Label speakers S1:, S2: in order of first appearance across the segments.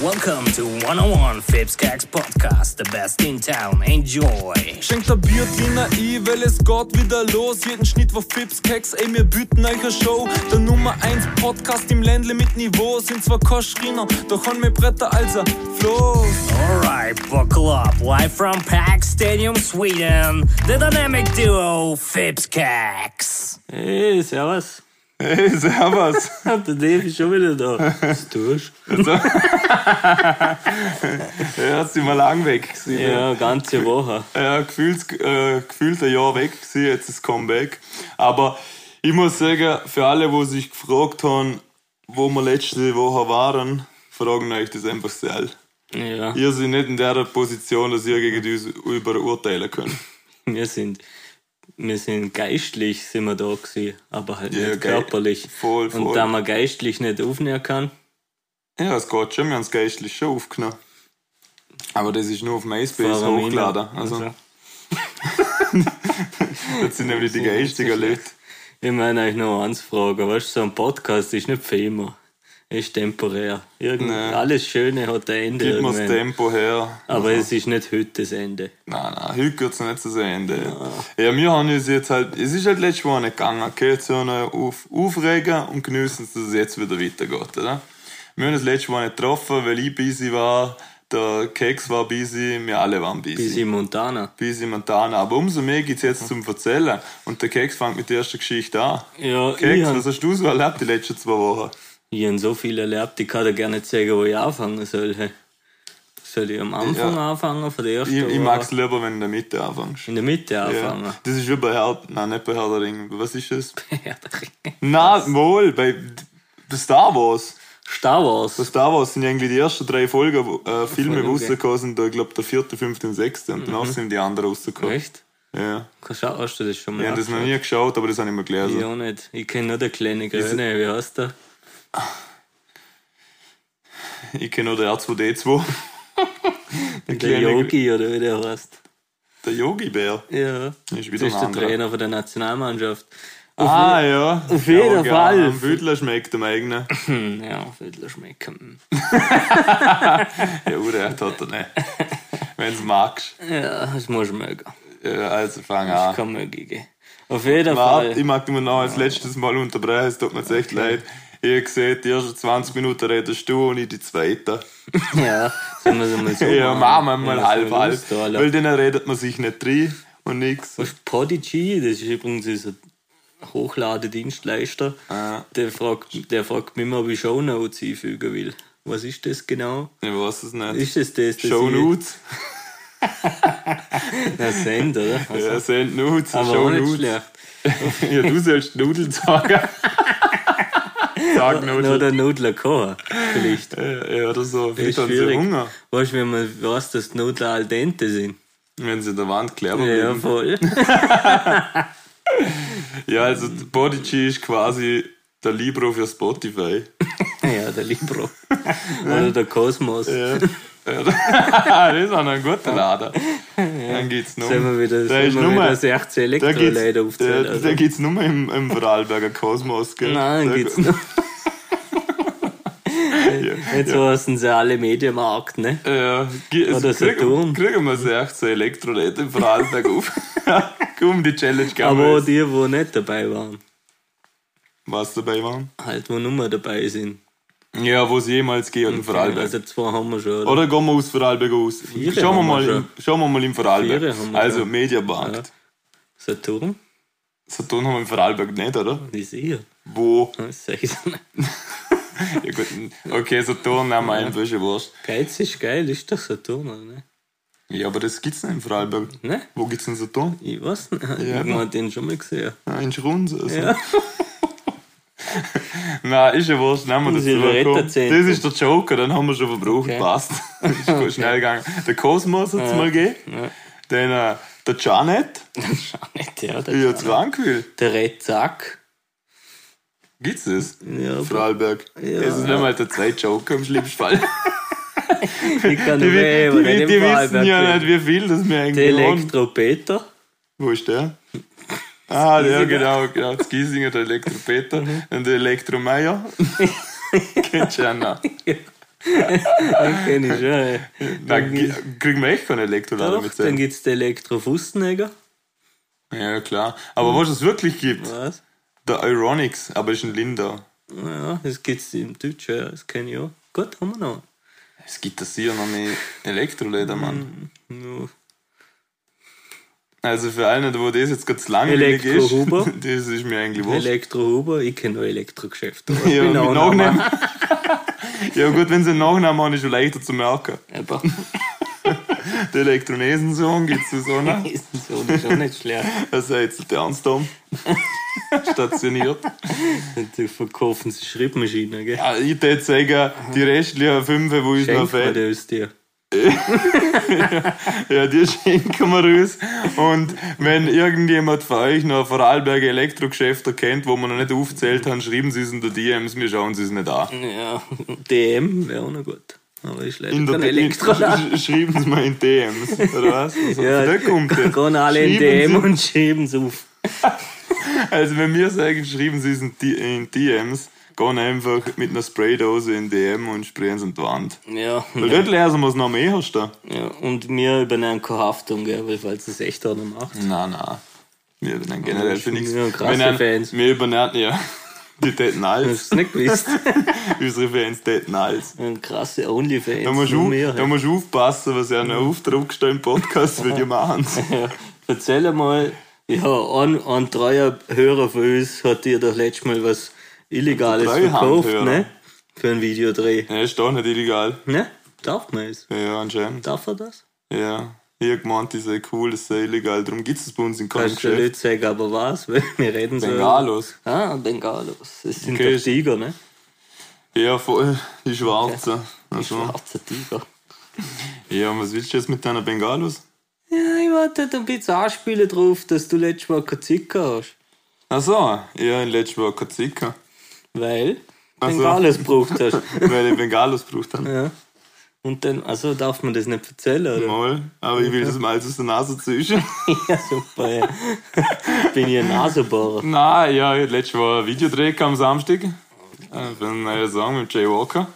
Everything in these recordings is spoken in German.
S1: Welcome to 101 Fips Gags Podcast, the best in town. Enjoy!
S2: Schenkt ein Bier, Diener, ich, weil es geht wieder los. Jeden Schnitt war Fips, Keks, ey, wir bieten euch eine Show. Der Nummer 1 Podcast im Ländle mit Niveau. Sind zwar kein Schreiner, doch haben wir Bretter also als ein Floß.
S1: Alright, buckle up. Live from Pack Stadium, Sweden, the dynamic duo Fips Gags.
S3: Hey, servus.
S4: Hey, servus.
S3: Der Dave ist schon wieder da. Was tust
S4: Du hast dich mal lang weg
S3: du?
S4: gesehen.
S3: Ja, ganze Woche.
S4: Ja, gefühlt, äh, gefühlt ein Jahr weg gewesen, jetzt ist Comeback. Aber ich muss sagen, für alle, die sich gefragt haben, wo wir letzte Woche waren, fragen euch das einfach selbst.
S3: Ja,
S4: Ihr seid nicht in der Position, dass ihr gegen uns überurteilen könnt.
S3: wir sind, wir sind geistlich sind wir da gewesen, aber halt
S4: Ja,
S3: nicht
S4: gei-
S3: körperlich.
S4: voll,
S3: Und
S4: voll.
S3: da man geistlich nicht aufnehmen kann,
S4: Ja, es geht schon, wir haben es geistlich schon aufgenommen. Aber das ist nur auf MySpace
S3: fahren wir hin.
S4: hochgeladen. Also, das sind nämlich die geistigen Leute.
S3: Ich meine euch noch eins fragen, weißt du, so ein Podcast ist nicht für immer. Ist temporär. Irgend,
S4: Nee.
S3: Alles Schöne hat ein Ende.
S4: Gib Also. mir das
S3: irgendwann.
S4: Tempo her.
S3: aber es ist nicht heute das Ende.
S4: Nein, nein, heute geht es nicht zu Ende. Ja, wir haben uns jetzt halt, es ist halt letztes Mal nicht gegangen, okay, jetzt hören wir auf, aufregen und genießen, dass es jetzt wieder weitergeht, oder? Wir haben uns letztes Mal nicht getroffen, weil ich busy war, der Keks war busy, wir alle waren busy.
S3: Bis
S4: Busy,
S3: in Montana.
S4: momentan, aber umso mehr gibt es jetzt zum Erzählen. Und der Keks fängt mit der ersten Geschichte an.
S3: Mhm. Ja, ich
S4: Keks,
S3: hab-
S4: was hast du so erlebt die letzten zwei Wochen?
S3: Ich habe so viel erlebt, ich kann dir gerne zeigen, wo ich anfangen soll. hey. Soll ich am Anfang
S4: Ja.
S3: anfangen, von der ersten?
S4: Ich, ich
S3: oder
S4: mag es lieber, wenn du in der Mitte anfängst.
S3: In der Mitte
S4: Ja.
S3: anfangen.
S4: Das ist wie bei Herr, nein, nicht bei Herr der Ring, was ist das?
S3: Ja.
S4: Na, wohl, bei bei Star Wars.
S3: Star
S4: Bei
S3: Wars.
S4: Star Wars sind irgendwie die ersten drei Folgen, wo, äh, Filme,
S3: Folgen,
S4: die
S3: okay. Mhm.
S4: rausgekommen sind. Ich glaube, der vierte, fünfte und sechste. Und danach sind die anderen rausgekommen.
S3: Echt?
S4: Ja.
S3: Hast du hast du das schon mal
S4: Ich habe das noch
S3: angeschaut?
S4: nie geschaut, aber das habe ich mir gelesen.
S3: Ich auch nicht. Ich kenne nur den kleinen Grüne, wie heißt der?
S4: Ich kenne nur den R2D2. der
S3: Der
S4: kleine,
S3: Yogi oder wie der heißt.
S4: Der Yogi-Bär.
S3: Ja. Das
S4: wieder
S3: ist
S4: ein
S3: der
S4: anderer.
S3: Trainer von der Nationalmannschaft.
S4: Ah, ja. Auf
S3: jeden
S4: ja,
S3: Fall.
S4: Am Büdler schmeckt dem eigenen.
S3: Ja, Viertel schmecken.
S4: ja, Urrecht hat er nicht. Wenn du magst.
S3: Ja, das muss mögen.
S4: Ja, also fang
S3: Das
S4: an.
S3: kann mögen. Auf jeden
S4: Warte, ich
S3: Fall.
S4: mag nur noch als letztes Mal unterbrechen, es tut mir jetzt echt leid. Ihr seht, die ersten 20 Minuten redest du und ich die zweite.
S3: Ja, sollen wir es mal so
S4: Ja, machen wir mal
S3: Ja,
S4: halb,
S3: sollen wir
S4: halb.
S3: das da lassen?
S4: Weil dann redet man sich nicht rein und nix.
S3: Was Podigy, das ist übrigens ein Hochladendienstleister,
S4: Ah.
S3: der, fragt, der fragt mich immer, ob ich Shownotes einfügen will. Was ist das genau?
S4: Ich weiß es nicht.
S3: Ist das das? das
S4: Show Nudes.
S3: Na, Send, oder? Also,
S4: Ja, sind Nudes.
S3: aber
S4: Show
S3: auch nicht
S4: Nudes.
S3: schlecht.
S4: Ja, du sollst Nudeln sagen. Sag
S3: Nur
S4: Nudeln.
S3: der Nudler kochen, vielleicht.
S4: Ja, ja, oder so.
S3: Das
S4: Wie
S3: ist
S4: dann sie
S3: schwierig.
S4: Hunger.
S3: Weißt du, wenn man weiß, dass die Nudeln al dente sind?
S4: Wenn sie an der Wand kleben
S3: Ja,
S4: bleiben.
S3: voll.
S4: Ja, also Bodychi ist quasi der Libro für Spotify.
S3: ja, der Libro. oder der Kosmos.
S4: Ja. das ist auch noch ein guter Lader. Dann geht's nur.
S3: Sollen wir wieder,
S4: da
S3: sollen
S4: ist
S3: wir wieder
S4: nur.
S3: 16
S4: Da geht's,
S3: Elektroleute aufzählen?
S4: da,
S3: also?
S4: da geht's nur im, im Vorarlberger Kosmos, gell?
S3: Nein,
S4: da,
S3: geht's noch. Jetzt heißen sie alle Medienmarkt, ne?
S4: Ja, ge- es
S3: Oder Saturn.
S4: kriegen, kriegen wir 16 Elektroleute im Vorarlberg auf. Komm, die Challenge kann man
S3: Aber
S4: jetzt.
S3: die, wo nicht dabei waren,
S4: Was dabei waren?
S3: halt, wo nur dabei sind.
S4: Ja, wo es jemals geht, im Vorarlberg.
S3: Also zwei haben wir schon. Oder?
S4: Oder gehen wir aus Vorarlberg aus? Schauen wir,
S3: haben wir
S4: mal
S3: schon.
S4: im, schauen wir mal im Vorarlberg.
S3: Vier haben wir
S4: Also,
S3: schon. Ja.
S4: Mediamarkt.
S3: Saturn?
S4: Saturn haben wir im Vorarlberg nicht, oder?
S3: Die sicher.
S4: Wo?
S3: Das sag ich dir nicht.
S4: Ja gut, okay, Saturn nehmen wir ein, frische Wurst.
S3: Geiz ist geil, ist doch Saturn, oder? Ne?
S4: Ja, aber das gibt's nicht in Vorarlberg.
S3: ne?
S4: Wo gibt's denn Saturn?
S3: Ich weiß nicht.
S4: Ja.
S3: Ich hab den schon mal gesehen.
S4: Ah, in Schrunz. Also.
S3: Ja.
S4: Nein, ist ja Wurst, nehmen wir
S3: Im
S4: das
S3: Silverettazentrum.
S4: Das ist der Joker, dann haben wir schon verbraucht,
S3: Okay.
S4: passt. ist gut schnell gegangen. Der Kosmos hat's mal gegeben. Dann äh, der Janet,
S3: Schau nicht, ja.
S4: ich
S3: Der,
S4: hat's Rankwil.
S3: der Redzack.
S4: Gibt's das?
S3: Ja,
S4: Vorarlberg. Das ist nicht mal der zweite Joker im schlimmsten Fall.
S3: ich kann
S4: Die,
S3: nicht mehr,
S4: die,
S3: aber
S4: die,
S3: nicht
S4: die wissen
S3: im Vorarlberg
S4: ja
S3: bin.
S4: nicht, wie viel das wir
S3: Der
S4: eigentlich haben.
S3: Elektro-Peter.
S4: Wo ist der? Ah, ja,
S3: Giesinger. Mhm.
S4: genau, genau. Das Giesinger, der Elektro-Peter und der Elektro-Meier. Kennst du ja noch.
S3: Ja. Den kenn ich schon. ey.
S4: Da
S3: Dann
S4: ge-
S3: gibt's-
S4: kriegen wir echt keinen Elektrolader
S3: Doch,
S4: mit
S3: dann
S4: dem.
S3: gibt es den Elektrofustenegger.
S4: Ja, klar.
S3: Mhm.
S4: Aber was es wirklich gibt,
S3: Was?
S4: der Ironics, aber ist in Lindau.
S3: Ja, das gibt es im Deutschen, ja, das kenne ich auch. Gut, haben wir noch.
S4: Es gibt das hier noch nicht Elektroläder,
S3: Mhm.
S4: Mann.
S3: Ja.
S4: Also für einen, wo das jetzt ganz langweilig ist,
S3: Elektrohuber.
S4: das ist mir eigentlich wurscht.
S3: Elektrohuber, ich kenne nur Elektrogeschäfte. aber
S4: Ja,
S3: ich
S4: mit
S3: bin auch noch
S4: Nachnamen. ja gut, wenn sie einen Nachnamen haben, ist schon leichter zu merken.
S3: ein- Aber
S4: Der Elektronesensohn gibt es so noch.
S3: ist so ist auch nicht schlecht.
S4: Also jetzt der Anstom stationiert.
S3: Und Die verkaufen sie Schreibmaschinen, gell?
S4: Ja, ich würde sagen, die restlichen fünf, wo uns noch
S3: Schenkt mir
S4: fehlen,
S3: das dir.
S4: ja, die schenken wir uns. Und wenn irgendjemand von euch noch Vorarlberger Elektrogeschäfte kennt, wo wir noch nicht aufgezählt haben, schreiben sie es in die DMs, wir schauen sie es nicht an.
S3: Ja, DM wäre auch noch gut. Aber ich leider
S4: In der
S3: kein
S4: D-
S3: Elektrolader.
S4: Sch- Schreiben sie mal in DMs, oder was? Also,
S3: Ja,
S4: da kommt er.
S3: gehen alle in
S4: Schreiben
S3: DM und schieben es auf.
S4: Sie, also wenn wir sagen, schreiben sie es in, D- in DMs, gehen einfach mit einer Spraydose in DM und sprayen es an die Wand.
S3: Ja,
S4: Weil dort lesen wir es noch am ehesten.
S3: ja, und wir übernehmen keine Haftung, gell? Weil falls es echt einer macht.
S4: Nein, nein. Wir übernehmen generell für nichts.
S3: Ja, krasse
S4: Wenn ein-
S3: Fans.
S4: Wir übernehmen, ja. Die täten alles.
S3: Hast du es nicht gewusst?
S4: Unsere Fans täten alles.
S3: Ein krasse Onlyfans.
S4: Da musst,
S3: nur
S4: du,
S3: mehr,
S4: da musst du aufpassen, was er noch aufdruckst im Podcast, weil die machen
S3: Ja, erzähl mal, ja, ein, ein treuer Hörer von uns hat dir das letzte Mal was Illegales
S4: Ein
S3: verkauft,
S4: Treuhandhörer.
S3: ne? Für einen Videodreh.
S4: Ja, ist doch nicht illegal.
S3: Ne? Darf man es?
S4: Ja, ja, anscheinend.
S3: Darf er das?
S4: Ja. Ich meinte, die sei cool, das sei illegal. Darum gibt es bei uns in keinem
S3: Kannst du also ja
S4: Geschäft.
S3: nicht sagen, aber was? Weil wir reden so.
S4: Bengalos.
S3: Ah, Bengalos. Das sind
S4: Okay.
S3: doch Tiger, ne?
S4: Ja, voll. Die Schwarzen. Also,
S3: Schwarzer Tiger.
S4: ja, und was willst du jetzt mit deiner Bengalos?
S3: Ja, ich wollte halt ein bisschen anspielen drauf, dass du letztes Mal keine Zicker hast.
S4: Ach so, ja, in letzter Woche kein Zicker.
S3: Weil
S4: so.
S3: Bengalos gebraucht hast.
S4: Weil ich Bengalos braucht dann.
S3: ja. Und dann, also darf man das nicht erzählen, oder?
S4: Mal, aber ich will das mal aus der Nase zwischen.
S3: Ja, super, ja. Bin ich ein Nasenbohrer.
S4: Nein, ja, ich hab letztes Mal ein Video gedreht am Samstag. Äh, Für einen neuen Song mit Jay Walker.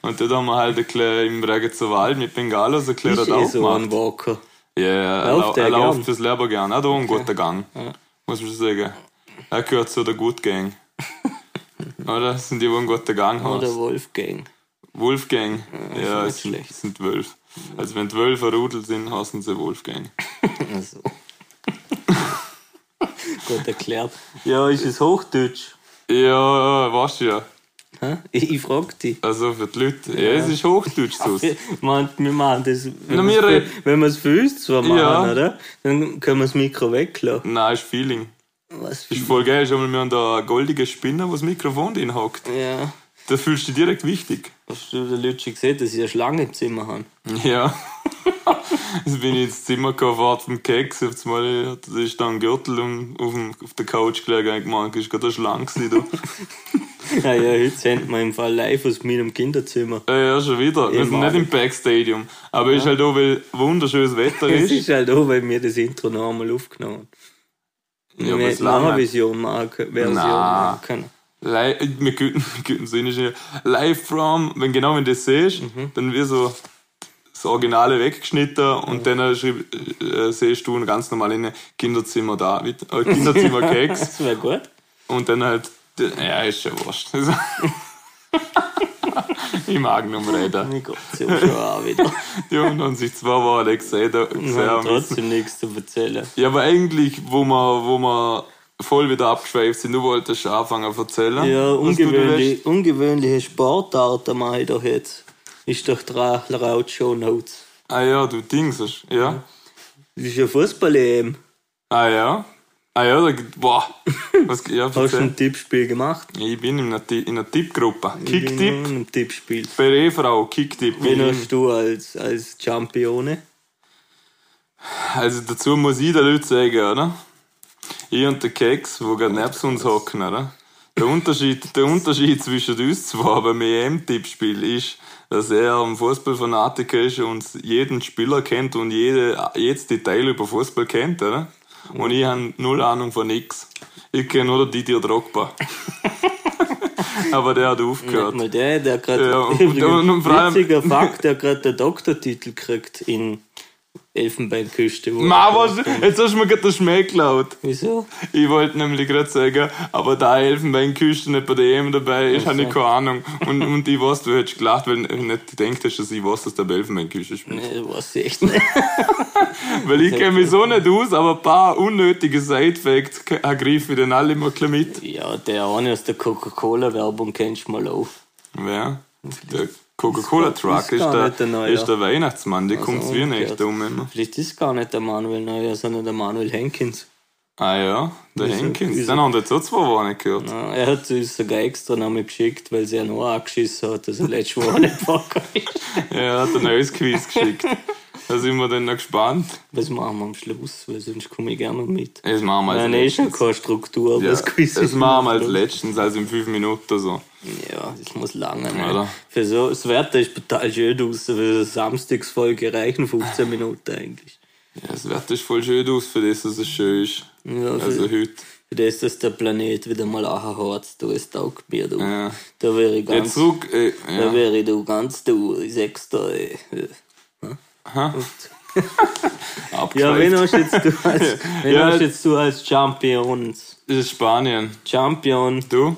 S4: Und dort haben wir halt ein bisschen im Regen zur Wahl mit Bengalo so ein bisschen
S3: Ich
S4: das
S3: eh so
S4: aufgemacht.
S3: ein Walker.
S4: Ja, ja, er
S3: Läuft
S4: lau-
S3: der
S4: er
S3: gern?
S4: läuft fürs Leben gern. Auch da ein guter Gang. Muss man schon sagen. Er gehört zu der Good Gang. Oder? Das Sind die, die einen guten Gang
S3: Oder
S4: haben?
S3: Wolfgang.
S4: Wolfgang. Ja,
S3: nicht
S4: es sind,
S3: schlecht.
S4: es sind Wölfe. Also, wenn zwölf ein Rudel sind, heißen sie Wolfgang.
S3: Also. Gut erklärt. Ja, ist es Hochdeutsch?
S4: Ja, weißt du ja.
S3: Hä? Ich, ich frag dich.
S4: Also für die Leute, ja, es ist Hochdeutsch sus.
S3: Man, wir machen das, wenn
S4: Na,
S3: wir's
S4: wir
S3: für-
S4: reden-
S3: wenn wir es für uns zwar machen,
S4: Ja.
S3: oder? Dann können wir das Mikro weglassen.
S4: Nein, ist Feeling.
S3: Was für
S4: Ist voll geil, schau mal, wir haben da eine goldige Spinne, wo das Mikrofon drin hockt.
S3: Ja.
S4: Da fühlst du dich direkt wichtig.
S3: Hast du der Leute schon gesehen, dass sie eine Schlange im Zimmer haben?
S4: Ja. Jetzt bin ich ins Zimmer gekommen, warte vom Keks, jetzt mal, hat- da ist da ein Gürtel um, auf, dem, auf der Couch gelegen, ich meine, ist gerade eine Schlange gewesen, du.
S3: Ja, ja, heute senden wir im Fall live aus meinem Kinderzimmer.
S4: Ja, ja, schon wieder. Wir sind
S3: Eben,
S4: nicht im Backstadium. Aber ist halt auch, weil wunderschönes Wetter
S3: Es
S4: ist.
S3: ist halt auch, weil wir das Intro noch einmal aufgenommen haben.
S4: aber
S3: wir
S4: es
S3: hätten noch eine
S4: lange.
S3: Vision machen können. Version
S4: Na.
S3: machen können.
S4: Live, äh, wir könnten, wir könnten so hinschauen. Live from, wenn genau wenn du das siehst, dann wird so das Originale weggeschnitten und dann schrieb, äh, siehst du ein ganz normal in Kinderzimmer David, äh, Kinderzimmer Keks
S3: Das wäre gut.
S4: und dann halt, ja, ist schon wurscht. Also, ich mag nur reden.
S3: Mein Gott, so schon auch wieder.
S4: Die Jungen haben sich zwei Wochen nicht gesehen.
S3: Wir haben
S4: gesehen.
S3: trotzdem nichts zu erzählen.
S4: Ja, aber eigentlich, wo wir, wo wir voll wieder abgeschweift sind, du wolltest schon anfangen zu erzählen.
S3: Ja,
S4: was du dir
S3: ungewöhnliche, ungewöhnliche Sportarten mache ich doch jetzt. Ist doch dran, laut Show Notes.
S4: letztes- Ah ja, du Dings hast, ja.
S3: Das ist ja Fußball-EM.
S4: Ah ja. Ah ja, da, gibt- boah. Was, ja,
S3: Hast du
S4: erzähl.
S3: ein Tippspiel gemacht?
S4: ich bin in einer, Ti- in einer Tippgruppe.
S3: Ich bin
S4: Kicktipp,
S3: in einem Tippspiel.
S4: Berefrau, Kicktipp.
S3: Wen
S4: Ich-
S3: hast du als, als Champione?
S4: Also dazu muss ich den Leuten sagen, oder? Ich und der Keks, wo gerade neben uns hocken, oder? Der Unterschied, der Unterschied zwischen uns zwei beim EM-Tippspiel ist, dass er ein Fußballfanatiker ist und jeden Spieler kennt und jede, jedes Detail über Fußball kennt, oder? Und ich habe null Ahnung von nix. Ich kenne nur den Didier Drogba. aber der hat
S3: Merkt
S4: aufgehört.
S3: mal der, der hat gerade
S4: Ja, und- und- und vor allem-
S3: witziger Fakt, der hat gerade den Doktortitel gekriegt in Elfenbeinküste. wo-
S4: Ma, was? Jetzt hast du mir gerade den Schmäh geklaut.
S3: Wieso?
S4: Ich wollte nämlich gerade sagen, aber da Elfenbeinküste nicht bei der EM dabei ist, habe ich keine Ahnung. Und, und ich weiß, du hättest gelacht, wenn du nicht gedacht hast, dass ich weiß, dass der bei Elfenbeinküste spielt.
S3: Nee, weiß ich echt nicht.
S4: Weil ich kenne mich so nicht aus, aber ein paar unnötige Side-Facts k- ergreife ich dann alle immer gleich mit.
S3: Ja, der eine aus der Coca-Cola-Werbung kennst du mal auf.
S4: Ja. Der Coca-Cola-Truck
S3: Ist
S4: ist,
S3: gar
S4: der,
S3: nicht der Neue. Also
S4: ist der Weihnachtsmann, der kommt zu
S3: umgekehrt.
S4: Weihnachten um immer.
S3: Vielleicht ist gar nicht der Manuel Neuer, sondern der Manuel Henkins.
S4: Ah ja, der Henkins.
S3: wieso?
S4: Den haben wir jetzt auch zwei Wochen gehört.
S3: Ja, Er hat uns sogar extra Namen geschickt, weil sie ihn auch angeschissen hat, also dass er letzte Woche nicht vorgekommen ist.
S4: Ja, er hat ein neues Quiz geschickt. Da sind wir dann noch gespannt.
S3: Was machen wir am Schluss? Weil sonst komme ich gerne mit.
S4: Das machen wir also als
S3: Nein, eh schon keine Struktur, aber
S4: Ja,
S3: das Quiz
S4: das
S3: ist
S4: machen wir als
S3: los.
S4: letztens, also in fünf Minuten so.
S3: Ja, das muss lange, ne?
S4: Oder?
S3: Für so, das Wetter ist total schön draußen, für eine Samstagsfolge reichen 15 Minuten eigentlich.
S4: Ja, das Wetter ist voll schön aus, für das, dass es schön ist.
S3: Ja, für,
S4: Also heute.
S3: für das, dass der Planet wieder mal anharzt, du, es taugt mir, du.
S4: Ja.
S3: Da wäre ich
S4: Ja,
S3: ganz,
S4: zurück. Äh,
S3: da
S4: ja.
S3: wäre ich du ganz, du, sechster, ey. Ja, wen
S4: abgeschweift.
S3: hast jetzt du als, wen
S4: Ja.
S3: hast jetzt du als Champions?
S4: Das ist Spanien.
S3: Champion
S4: Du?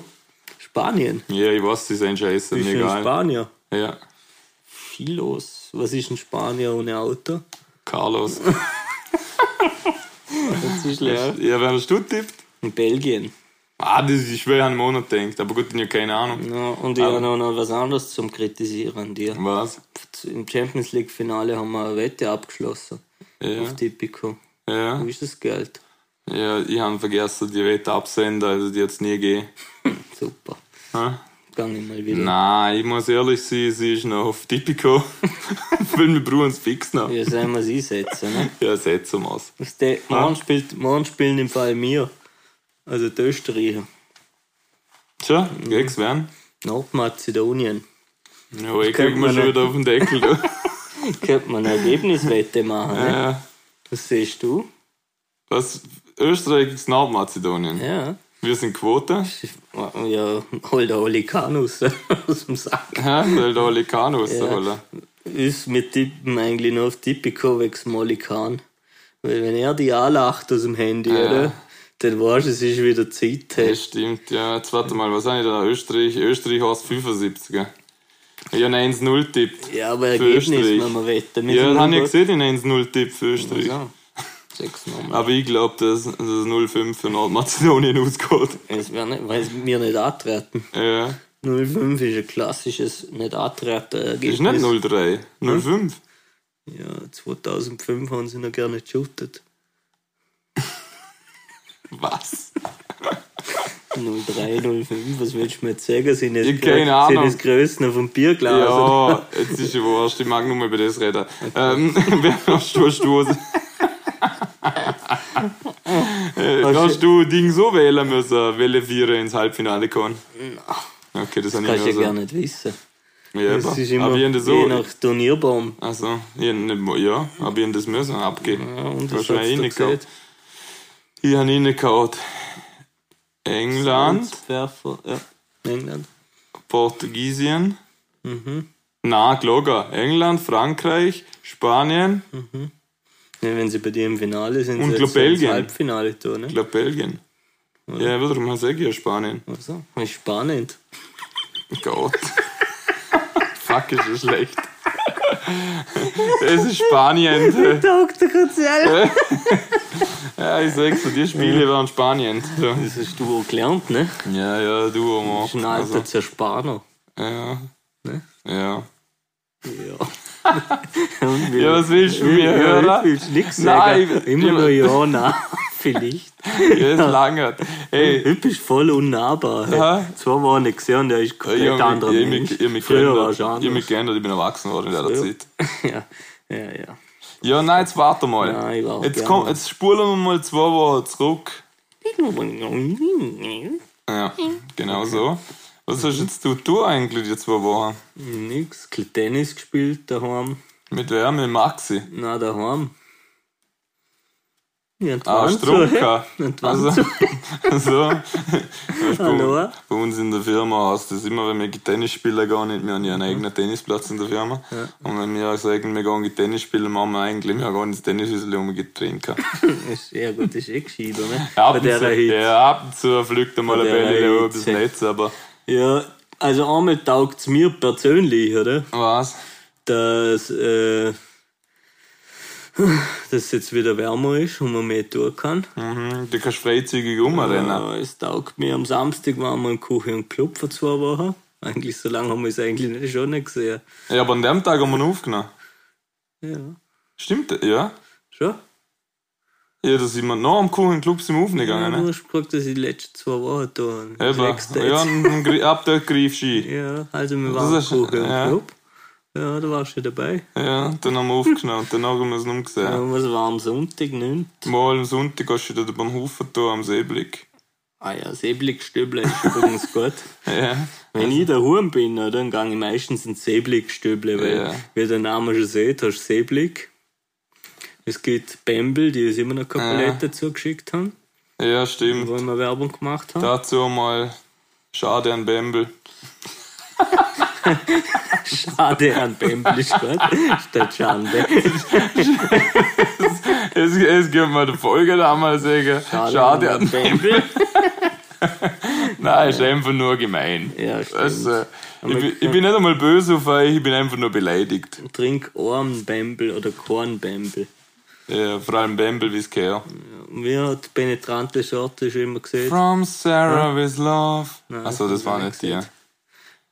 S3: Spanien.
S4: Ja, ich weiß, die sind scheiße,
S3: Wie
S4: mir
S3: viel
S4: egal.
S3: Spanier?
S4: Ja,
S3: Viel los. Was ist ein Spanier ohne Auto?
S4: Carlos.
S3: Das ist
S4: ja,
S3: leer.
S4: wer hast du tippt?
S3: In Belgien.
S4: Ah, das ist schwer an einen Monat denkt, aber gut, ich habe keine Ahnung.
S3: Ja, und ich habe noch, noch was anderes zum Kritisieren an dir.
S4: Was?
S3: Im Champions League Finale haben wir eine Wette abgeschlossen
S4: Ja,
S3: auf Tipico.
S4: ja.
S3: Wo ist das Geld?
S4: ja ich habe vergessen, die Wette absenden, also die jetzt nie gehen.
S3: Super.
S4: Hä?
S3: Gang ich mal wieder.
S4: Nein, ich muss ehrlich sein, sie ist noch auf Typico. Weil wir brauchen es fix noch.
S3: Ja, sollen wir es einsetzen. Ne?
S4: Ja, setzen wir es.
S3: Was der, morgen, spielt, morgen spielen im Fall mir. Also die Österreicher.
S4: Tja,
S3: Mhm.
S4: geht's werden.
S3: Nordmazedonien.
S4: Ja, ich
S3: kennt
S4: krieg mir
S3: man
S4: schon
S3: nicht.
S4: wieder auf den Deckel. du.
S3: Könnte man eine Ergebniswette machen. Ne?
S4: ja.
S3: Was siehst du?
S4: Was? Österreich gegen Nordmazedonien.
S3: Ja.
S4: Wir sind Quote.
S3: Ja, hol der Oli Kanus aus dem Sack.
S4: Ja, weil da alle Kanu rausholen.
S3: Ist mit Tippen eigentlich nur auf Tipico wegen dem Oli Kahn. Weil wenn er die anlacht aus dem Handy, oder? Dann weißt du, es ist wieder
S4: Das
S3: Zeit.
S4: stimmt, ja. Jetzt warte mal, was habe ich da? Österreich, Österreich heißt 75er. Ich habe 1-0 tippt.
S3: Ja, aber
S4: Für
S3: Ergebnis
S4: Österreich.
S3: müssen wir wetten. Wir
S4: Ja,
S3: sind
S4: das habe ich
S3: nur-
S4: gesehen, den 1-0 tipp für Österreich.
S3: Ja. Sechs nochmal.
S4: Aber ich glaube, dass das 0-5 für Nordmazedonien ausgeht.
S3: Es wär nicht, weil wir nicht antreten.
S4: Ja.
S3: 05 ist ein klassisches nicht antreten Ergebnis.
S4: Ist Hm? nicht 0-3, 0-5.
S3: Ja, 2005 haben sie noch gerne geshootet.
S4: Was?
S3: 03, 05, was willst du mir jetzt sagen? Sind es,
S4: Ich keine
S3: Grö- sind
S4: Ahnung.
S3: es Größen vom Bierglas?
S4: Ja, Also, jetzt ist ja wurscht, ich mag nur mal über das reden. Ähm, wer hast du, hast du, äh, hast du Ding so wählen müssen, welche Vierer ins Halbfinale kommen? Okay, das, habe ich
S3: Kannst du
S4: nicht
S3: ja gar nicht wissen.
S4: also. Ja,
S3: Es
S4: aber
S3: ist immer
S4: hab ich das
S3: je
S4: so.
S3: nach Turnierbaum.
S4: Also, ich hab nicht, mo- ja, hab ich ihnen das müssen abgeben.
S3: Ja, und
S4: Hast
S3: das
S4: du
S3: hat's
S4: ihn
S3: doch
S4: nicht
S3: gesehen.
S4: gehabt? Ich habe ihn nicht gehabt. England,
S3: Landswerfer, ja. England.
S4: Portugiesien. Mhm. Na, Glogger. England, Frankreich, Spanien,
S3: Ja, wenn sie bei dir im Finale sind,
S4: Und
S3: sie
S4: glaub
S3: jetzt ins
S4: Belgien.
S3: Halbfinale tun, ne?
S4: Ich glaube Belgien. Ja, wiederum sage ich ja Spanien.
S3: Also, ist spannend.
S4: Gott. Fuck, ist das schlecht. Es ist Spanien.
S3: Taugt der Kurzell.
S4: Ja, ich sag's dir, die Spiele waren Spanien. So.
S3: Das hast du auch gelernt, ne?
S4: Ja, ja, du Also,
S3: Das ist ein
S4: Oma.
S3: alter Zerspaner.
S4: Ja.
S3: Ne?
S4: Ja.
S3: Ja.
S4: Ja, was willst du mir
S3: Ja, jetzt
S4: hören?
S3: willst du nichts
S4: Nein,
S3: sagen.
S4: ich-
S3: Immer nur ja, nein, vielleicht.
S4: Ja, es langert. Ey,
S3: Du bist voll unnahbar.
S4: Ja.
S3: Hey. Zwei Wochen nicht gesehen, der ist
S4: ich
S3: komplett
S4: hab
S3: anderer
S4: mich, ich
S3: Mensch.
S4: mich, ich mich
S3: Früher
S4: geändert.
S3: war ich
S4: Ich hab mich
S3: anders.
S4: geändert, ich bin erwachsen worden in der
S3: Früher.
S4: Zeit.
S3: Ja, ja, ja.
S4: Ja, nein, jetzt warte mal.
S3: Nein, ich war auch
S4: jetzt,
S3: gerne.
S4: komm, jetzt spulen wir mal zwei Wochen zurück. Ja, genau so. Was hast jetzt du, du eigentlich die zwei Wochen?
S3: Nix, bisschen Tennis gespielt daheim.
S4: Mit wer? Mit Maxi.
S3: Nein, daheim. Ja, und
S4: Ah,
S3: wann
S4: Strom
S3: so,
S4: gehabt.
S3: hä? Und wann
S4: Also,
S3: so?
S4: so. Weißt du,
S3: Hallo?
S4: Bei uns in der Firma heißt das immer, wenn wir Tennis spielen gehen, nicht, wir haben ja
S3: Mhm.
S4: einen eigenen Tennisplatz in der Firma. Und wenn wir sagen, wir gehen Tennis spielen, machen wir eigentlich, wir gehen ins Tennisschüssel und wir trinken.
S3: Ist, ja gut, ist eh gescheiter, ne?
S4: Ab
S3: Bei
S4: und
S3: der
S4: zu,
S3: Hitze.
S4: ja, ab und zu fliegt einmal
S3: Bei
S4: ein
S3: der
S4: Bälle über das
S3: Hitze.
S4: Netz, aber
S3: Ja, also einmal taugt es mir persönlich, oder?
S4: was?
S3: dass, äh, dass jetzt wieder wärmer ist und man mehr tun kann.
S4: Mhm, du kannst freizügig rumrennen.
S3: Äh, es taugt mir am Samstag, waren wir im Küche und Club vor zwei Wochen. Eigentlich so lange haben wir es eigentlich nicht, schon nicht gesehen.
S4: Ja, aber an dem Tag haben wir ihn aufgenommen.
S3: Ja,
S4: Stimmt, ja?
S3: schon.
S4: Ja, da sind wir noch am Kuchenclub sind wir
S3: Ja,
S4: aufgegangen,
S3: du
S4: ne?
S3: hast gesagt, dass ich die letzten zwei Wochen da war.
S4: Eben.
S3: Sechs Dates.
S4: Ja, und dann gri- ab dort greifst du ein.
S3: ja, also wir
S4: Das
S3: waren im
S4: ist-
S3: Küche und
S4: ja.
S3: Club. Ja, da warst du ja dabei.
S4: Ja, dann haben wir aufgenommen und danach haben wir es nicht mehr gesehen.
S3: Ja. Was war am Sonntag nicht?
S4: Mal am Sonntag hast du wieder beim Haufen da am Seeblick.
S3: Ah ja, Säbligstöbler ist übrigens gut.
S4: Ja.
S3: Wenn ich daheim bin, oder, dann gehe ich meistens ins Seeblickstöble, weil,
S4: Ja.
S3: wie der Name schon sieht, hast du Seeblick. Es gibt Bembel, die uns immer noch keine Palette zugeschickt haben,
S4: Ja, stimmt.
S3: wo wir Werbung gemacht haben.
S4: Dazu mal Schade an Bembel.
S3: Schade an Bembel ist gut, statt Schande.
S4: Es, es gibt mal die Folge damals sagen. Schade, an Bembel. Nein, ist einfach nur gemein.
S3: Ja, stimmt.
S4: Also, ich,
S3: Aber
S4: bin- ich bin nicht einmal böse auf euch, ich bin einfach nur beleidigt.
S3: Trink Ohrenbembel oder Kornbembel.
S4: Ja, vor allem Bembel, wie es gehört.
S3: Mir hat penetrante Sorte schon immer gesehen.
S4: From Sarah with Love. Achso, das war nicht die.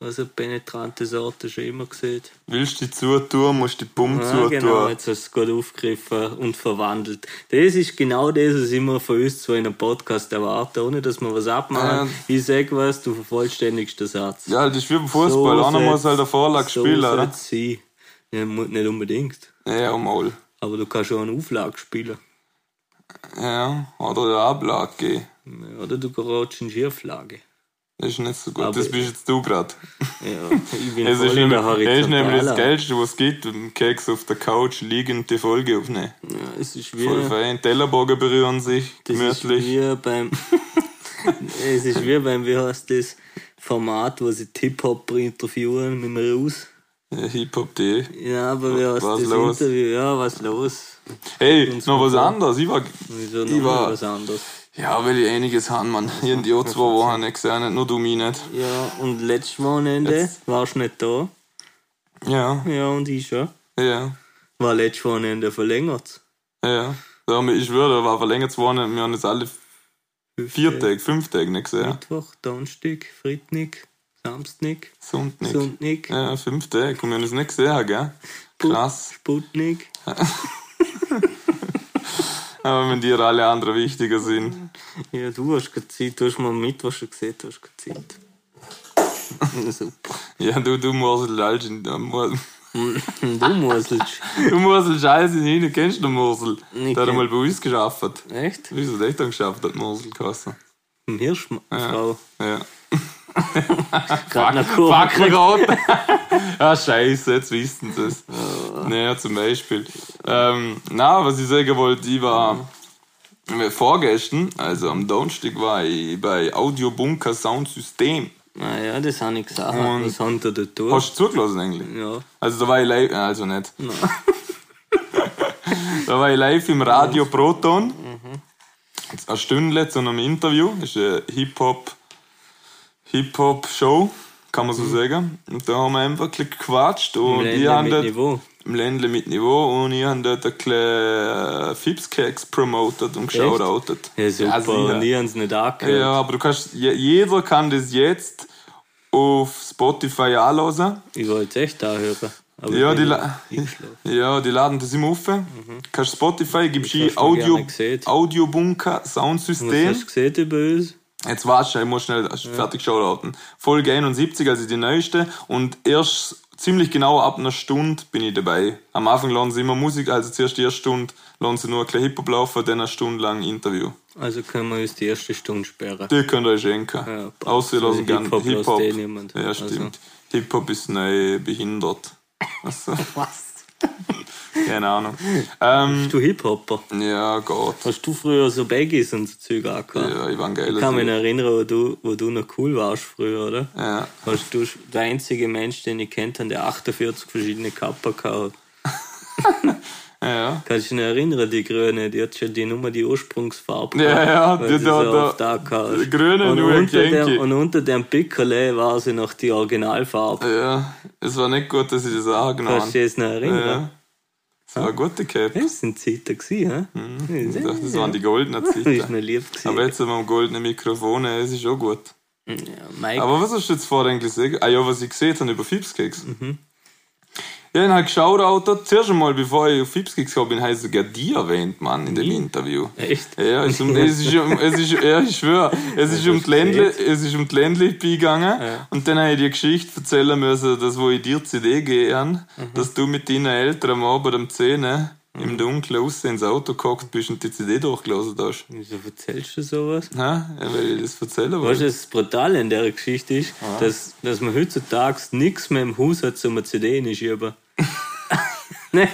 S3: Also penetrante Sorte schon immer gesehen.
S4: Willst du die zutun, musst du die Pumpe
S3: Ja,
S4: zutun.
S3: genau, jetzt hast du es gut aufgegriffen und verwandelt. Das ist genau das, was ich immer von uns so in einem Podcast erwarte, ohne dass wir was abmachen.
S4: Ähm.
S3: Ich sag was, du vervollständigst den Satz.
S4: Ja, das ist wie beim Fußball. Einer muss halt eine Vorlage
S3: so
S4: spielen,
S3: soll's
S4: oder?
S3: sein. Ja, mu- nicht unbedingt.
S4: Ja, um mal.
S3: Aber du kannst auch eine Auflage spielen.
S4: Ja, oder eine Ablage geben.
S3: Ja, Oder du gerätst in Schieflage.
S4: Das ist nicht so gut.
S3: Aber-
S4: das bist jetzt du gerade.
S3: Ja, ich bin
S4: Es
S3: voll
S4: ist,
S3: in
S4: nämlich-
S3: der
S4: es ist nämlich das
S3: Horizontalen.
S4: Geilste, was es gibt. Im Keks auf der Couch liegend die Folge aufnehmen.
S3: Ja, es ist
S4: Voll
S3: wie,
S4: fein. Tellerbogen berühren sich
S3: Das ist
S4: gemütlich.
S3: wie beim. es ist wie beim, wie heißt das Format, wo sie Hip-Hop interviewen mit mir raus.
S4: Ja, Hip-Hop.de.
S3: Ja, aber wie heißt
S4: Was
S3: das
S4: los?
S3: Interview? Ja, was los?
S4: Hey,
S3: Uns
S4: noch was
S3: gut, ja.
S4: anderes. Ich war,
S3: Wieso
S4: Ich
S3: noch
S4: war-
S3: mal was anderes?
S4: ja, weil ich einiges haben, Mann. Ich in die auch zwei Wochen nicht gesehen, nicht nur du mich nicht.
S3: Ja, und letztes Wochenende
S4: Jetzt-
S3: warst du nicht da.
S4: Ja,
S3: Ja, und ich schon.
S4: ja,
S3: War letztes Wochenende verlängert.
S4: ja. Da haben wir, ich schwöre, da war verlängert worden. Wir haben jetzt alle vier Tage, fünf Tage nicht gesehen.
S3: Mittwoch, Donnerstag, Freitag, Samstag,
S4: Sonntag.
S3: Sonntag,
S4: Ja, fünf Tage. Und wir haben es nicht gesehen, gell? Krass.
S3: Sputnik.
S4: Aber wenn dir alle anderen wichtiger sind.
S3: Ja, du hast keine Zeit. Du hast mal am Mittwoch schon gesehen, du hast keine Zeit. Na, Super.
S4: Ja, du, du Mursel, Alter, du Mursel.
S3: Du musst.
S4: Du Mursel, Scheiße, hin, kennst du den Mursel?
S3: Nicht
S4: Der hat
S3: kenn-
S4: einmal bei uns geschafft.
S3: Echt?
S4: Wie ist das echt dann geschafft, hat Mursel geheißen.
S3: Im Hirschfrau. Ja.
S4: Ja.
S3: Gerade noch Kurve.
S4: Fuck, Gott! ah, Scheiße, jetzt wissen sie es. Naja, zum Beispiel. Ähm, na, was ich sagen wollte, ich war äh, vorgestern, also am Donnerstag, war ich bei Audio Bunker Sound System.
S3: Ah ja, das habe ich gesagt. Was haben die da getan?
S4: Hast du zugelassen eigentlich?
S3: Ja.
S4: Also da war ich live, also nicht. da war ich live im Radio Proton.
S3: Mhm.
S4: Eine Stunde zu einem Interview. Das ist eine Hip-Hop Hip-Hop-Show, kann man so sagen. Und da haben wir einfach ein bisschen gequatscht. Und
S3: Mhm. Im
S4: ich
S3: Ländle
S4: habe dort,
S3: mit Niveau.
S4: Im Ländle mit Niveau. Und ich habe dort ein äh, bisschen Fipskeks promotet und geschaut.
S3: Ja, super. Und die haben es nicht angehört.
S4: Ja, aber du kannst, je- jeder kann das jetzt auf Spotify anhören.
S3: Ich wollte es echt anhören. Aber
S4: Ja,
S3: ich
S4: die,
S3: bin
S4: la
S3: eingeschlafen.
S4: ja, die laden das immer auf. Kannst Spotify, gibst ein
S3: Mhm. hast du
S4: Audio,
S3: gerne gesehen.
S4: Audiobunker
S3: Was
S4: Soundsystem.
S3: hast du gesehen über uns?
S4: Jetzt warst du, ich muss schnell fertig schauen. Folge 71, also die neueste. Und erst ziemlich genau ab einer Stunde bin ich dabei. Am Anfang laden sie immer Musik, also zuerst die erste Stunde laden sie nur ein bisschen Hip-Hop laufen, dann eine Stunde lang Interview.
S3: Also können wir uns die erste Stunde sperren.
S4: Die könnt ihr euch schenken.
S3: Ja, passt.
S4: Außer ihr
S3: Also
S4: lassen gerne
S3: Hip-Hop lässt
S4: Hip-Hop.
S3: eh niemand.
S4: ja,
S3: Also.
S4: stimmt. Hip-Hop ist neu behindert. Also.
S3: Was?
S4: Keine Ahnung. Ähm,
S3: Bist du Hip-Hopper?
S4: ja, Gott.
S3: Hast du früher so Baggies und so Zeug auch gehabt?
S4: Ja, ich war ein
S3: Ich
S4: geiler
S3: kann mich
S4: Typ.
S3: noch erinnern, wo du, wo du noch cool warst früher, oder?
S4: Ja.
S3: Hast du sch- der einzige Mensch, den ich kennt, der 48 verschiedene Kappa gehabt hat.
S4: Ja,
S3: Kannst du dich noch erinnern, die Grüne, die hat schon die Nummer die Ursprungsfarbe
S4: Ja,
S3: gehabt,
S4: ja,
S3: weil
S4: die-
S3: sie
S4: da-
S3: so
S4: da-
S3: oft da gehabt
S4: die
S3: hast.
S4: Grüne
S3: und
S4: nur ein
S3: unter,
S4: Genki.
S3: dem, und unter dem Pickerle war sie noch die Originalfarbe.
S4: ja. ja. Es war nicht gut, dass ich das auch genommen
S3: Kannst du dich das noch erinnern?
S4: Ja. Es war eine gute Cap.
S3: Das sind Zeiten gewesen, hä? Mhm.
S4: Ich dachte, das waren die goldenen
S3: Das ist
S4: Zeiten.
S3: noch lieb gewesen.
S4: Aber jetzt haben wir goldene Mikrofone, es ist schon gut.
S3: ja, Mike,
S4: Aber was hast du jetzt vorher eigentlich gesagt? Ah ja, was ich gesehen habe über Fipskeks.
S3: Mhm.
S4: Ja, ich habe geschaut, Auto. Zuerst einmal, bevor ich auf Fipskeks gekommen bin, habe ich sogar die erwähnt, Mann, in dem Interview.
S3: echt?
S4: Ja, es ist, um, es ist, um, es ist ja, ich schwöre, es ist um die Ländle, es ist um die Ländle gegangen und dann habe ich die Geschichte erzählen müssen, dass wo ich dir die CD gegeben habe,
S3: Mhm.
S4: dass du mit deinen Eltern am Abend um 10 Uhr im Dunkeln raus ins Auto gehockt bist und die CD durchgelesen hast.
S3: Wieso erzählst du sowas?
S4: Ha? Ja, weil ich das erzählen
S3: Weißt du,
S4: wollte.
S3: das Brutale in der Geschichte ist, dass, dass man heutzutage nichts mehr im Haus hat, zum eine CD reinschieben. ne?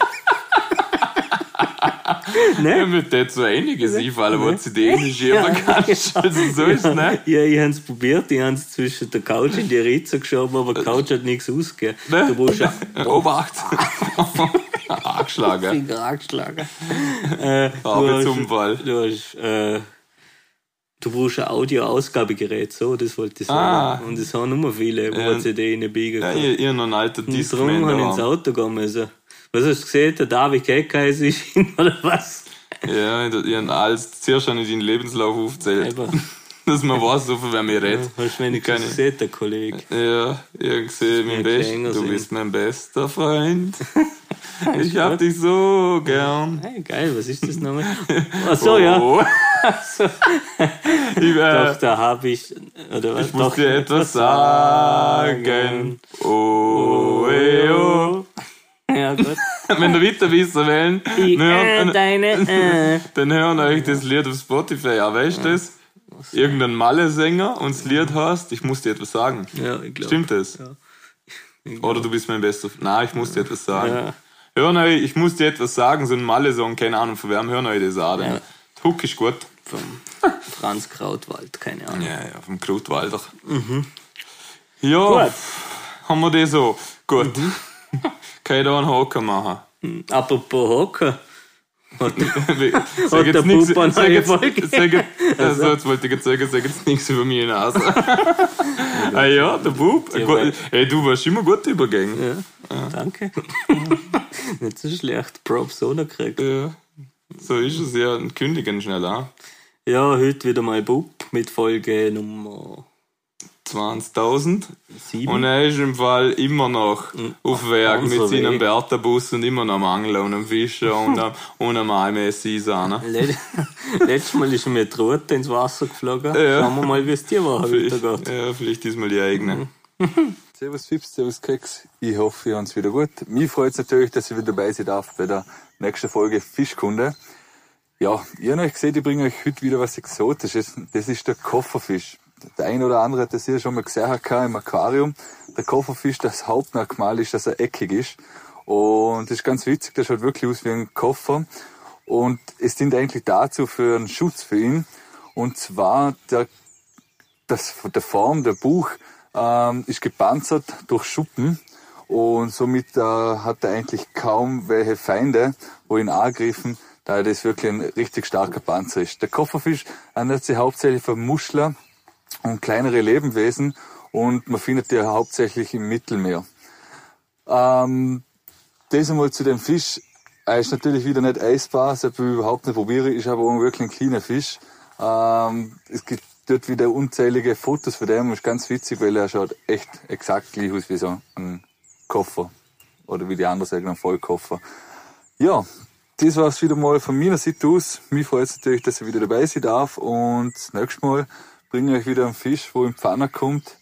S4: Ja, mir tät so einiges einfallen, wo die CD nicht schieben kannst. Also so ist es, ne?
S3: Ja, ich hab's probiert, ich hab's zwischen der Couch und die Ritze geschoben, aber die Couch hat nichts ausgegeben.
S4: Äh, Ne?
S3: Du brauchst ja
S4: Obacht! Angeschlagen.
S3: Finger angeschlagen. äh, du
S4: Arbeitsunfall.
S3: hast- Du hast, äh, du brauchst ein Audio-Ausgabegerät, so, das wollte ich sagen.
S4: Ah.
S3: Und das haben nur viele, wo
S4: Ja.
S3: ja. CD reinbiegen
S4: Ja,
S3: können.
S4: ihr, ihr noch einen alten
S3: Und drum
S4: Discman
S3: habe ich ins
S4: daheim.
S3: Auto gehen müssen. Was hast du gesehen? Der David Keckheis ist ihn, oder was?
S4: Ja, ihr habt alles, zuerst habe ich deinen Lebenslauf aufgezählt.
S3: Eben.
S4: Dass man weiß, so viel, wenn man redet.
S3: Hast du wenigstens
S4: Keine-
S3: gesehen, der Kollege?
S4: Ja, ich sehe
S3: mir
S4: mein
S3: ein
S4: Best.
S3: Geschenk
S4: Du
S3: sein.
S4: bist mein bester Freund. ich hab dich so gern.
S3: Hey, geil, was ist das nochmal? Ach so, ja.
S4: Oh. ich, äh,
S3: Doch, da habe ich. Oder was?
S4: ich muss dir etwas sagen. Oh, ey, oh.
S3: Ja, Gott.
S4: Wenn du weiter wissen willst,
S3: Die,
S4: dann,
S3: äh,
S4: hören-
S3: deine. Äh.
S4: dann hören euch das Lied auf Spotify an. Weißt du das? Irgendein Malle-Sänger und das Lied heißt, ich muss dir etwas sagen.
S3: Ja, ich glaube.
S4: Stimmt das? Oder du bist mein bester Freund. Nein, ich muss dir etwas sagen.
S3: Ja.
S4: Hören euch, ich muss dir etwas sagen, so ein Malle-Song, keine Ahnung von wem, hören euch das an. Ja.
S3: Ja.
S4: Huck ist gut.
S3: Vom Franz Krautwald, keine Ahnung.
S4: Ja, ja, vom Krutwalder. Ja,
S3: Gut.
S4: haben wir das so. Gut. Kann ich da einen Haken machen?
S3: Apropos Hocker.
S4: Sag
S3: Hat der
S4: jetzt nichts.
S3: Pupa eine
S4: Sag
S3: neue
S4: jetzt,
S3: Folge?
S4: sag jetzt, also, jetzt wollte ich jetzt sagen, sag jetzt nichts über meine Nase. ah ja, der Bub. Gut, Ey, du warst immer gut übergegangen.
S3: Ja, danke. Nicht so schlecht. Props ohne gekriegt.
S4: Ja. So ist es ja. Und Kündigen schnell an.
S3: Ja, heute wieder mal Bub mit Folge Nummer
S4: 20.000.
S3: 7.
S4: Und er ist im Fall immer noch
S3: Hm.
S4: auf Werk mit
S3: unser
S4: seinem
S3: Weg.
S4: Berterbus und immer noch am Angeln und am Fischen und am, und am AMS-Eisen.
S3: Let Letztes Mal ist mir die Rute ins Wasser geflogen.
S4: Ja.
S3: Schauen wir mal, wie es dir war heute geht.
S4: Ja, vielleicht diesmal die eigene.
S5: Servus Fips, Servus Keks. Ich hoffe, ihr habt wieder gut. Mich freut es natürlich, dass ich wieder dabei sein darf bei der nächsten Folge Fischkunde. Ja, ihr habt euch gesehen, ich bringe euch heute wieder was Exotisches. Das ist der Kofferfisch. Der ein oder andere hat das hier schon mal gesehen gehabt im Aquarium. Der Kofferfisch, das Hauptmerkmal ist, dass er eckig ist. Und das ist ganz witzig, der schaut wirklich aus wie ein Koffer. Und es dient eigentlich dazu für einen Schutz für ihn. Und zwar, der das, der Form, der Buch, ähm, ist gepanzert durch Schuppen und somit äh, hat er eigentlich kaum welche Feinde, wo ihn angriffen, da er das wirklich ein richtig starker Panzer ist. Der Kofferfisch ernährt sich hauptsächlich von Muschler und kleinere Lebewesen und man findet die hauptsächlich im Mittelmeer. Ähm, das einmal zu dem Fisch. Er ist natürlich wieder nicht eisbar, das habe ich überhaupt nicht probiere. Ist aber auch wirklich ein kleiner Fisch. Ähm, es gibt dort wieder unzählige Fotos von dem. Ist ganz witzig, weil er schaut echt exakt gleich aus wie so ein Koffer. Oder wie die anderen sagen, ein Vollkoffer. Ja, das war's wieder mal von meiner Seite aus. Mich freut es natürlich, dass ich wieder dabei sein darf. Und das nächste Mal bringe ich euch wieder einen Fisch, wo im Pfanner kommt.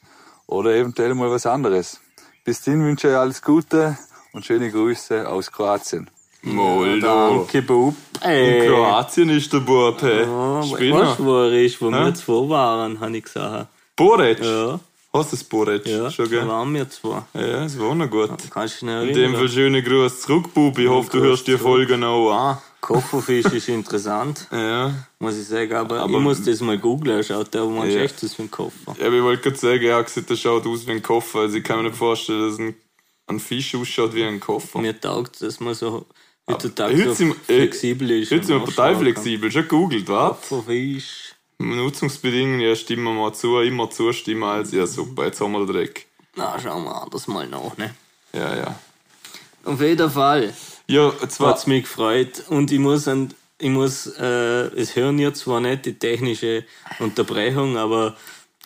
S5: Oder eventuell mal was anderes. Bis dahin wünsche ich euch alles Gute und schöne Grüße aus Kroatien.
S3: Mhm.
S4: Moldo.
S3: Danke, Bub.
S4: In
S3: Ey.
S4: Kroatien ist der Bub, hey.
S3: Oh, Äh, weißt
S4: Spinner.
S3: du, wo er ist, wo
S4: Ja.
S3: wir zwei waren, habe ich gesagt.
S4: Boric.
S3: Ja.
S4: Hast du das Borec
S3: Ja, genau.
S4: schon,
S3: da
S4: gell?
S3: waren wir zwei.
S4: Ja, es war noch gut.
S3: Kannst du dich noch
S4: In dem
S3: erinnern?
S4: Fall schöne Grüße zurück, Bubi. Ich hoffe, du hörst die Folge noch an.
S3: Kofferfisch ist interessant,
S4: Ja.
S3: muss ich sagen, aber,
S4: Aber-
S3: ich muss das mal googeln. Schaut der, wo man
S4: Ja.
S3: echt ist für den Koffer.
S4: Ja, aber ich wollte gerade sagen, er hat gesagt, der schaut aus wie ein Koffer. Also ich kann mir nicht vorstellen, dass ein, ein Fisch ausschaut wie ein Koffer.
S3: Mir taugt, dass man so heutzutage
S4: Heute
S3: so
S4: sind, wir-
S3: flexibel
S4: äh,
S3: ist.
S4: heute sind wir
S3: und
S4: total
S3: nachschauen kann.
S4: flexibel. Schon gegoogelt, warte.
S3: Kofferfisch.
S4: Nutzungsbedingungen, ja, stimmen wir mal zu, immer zustimmen als, ja super, jetzt haben wir den Dreck.
S3: Na, schauen wir anders mal nach, ne?
S4: Ja, ja.
S3: Auf jeden Fall.
S4: Ja, zwar,
S3: Hat's mich gefreut. Und ich muss, an, ich muss äh, es hören ja zwar nicht die technische Unterbrechung, aber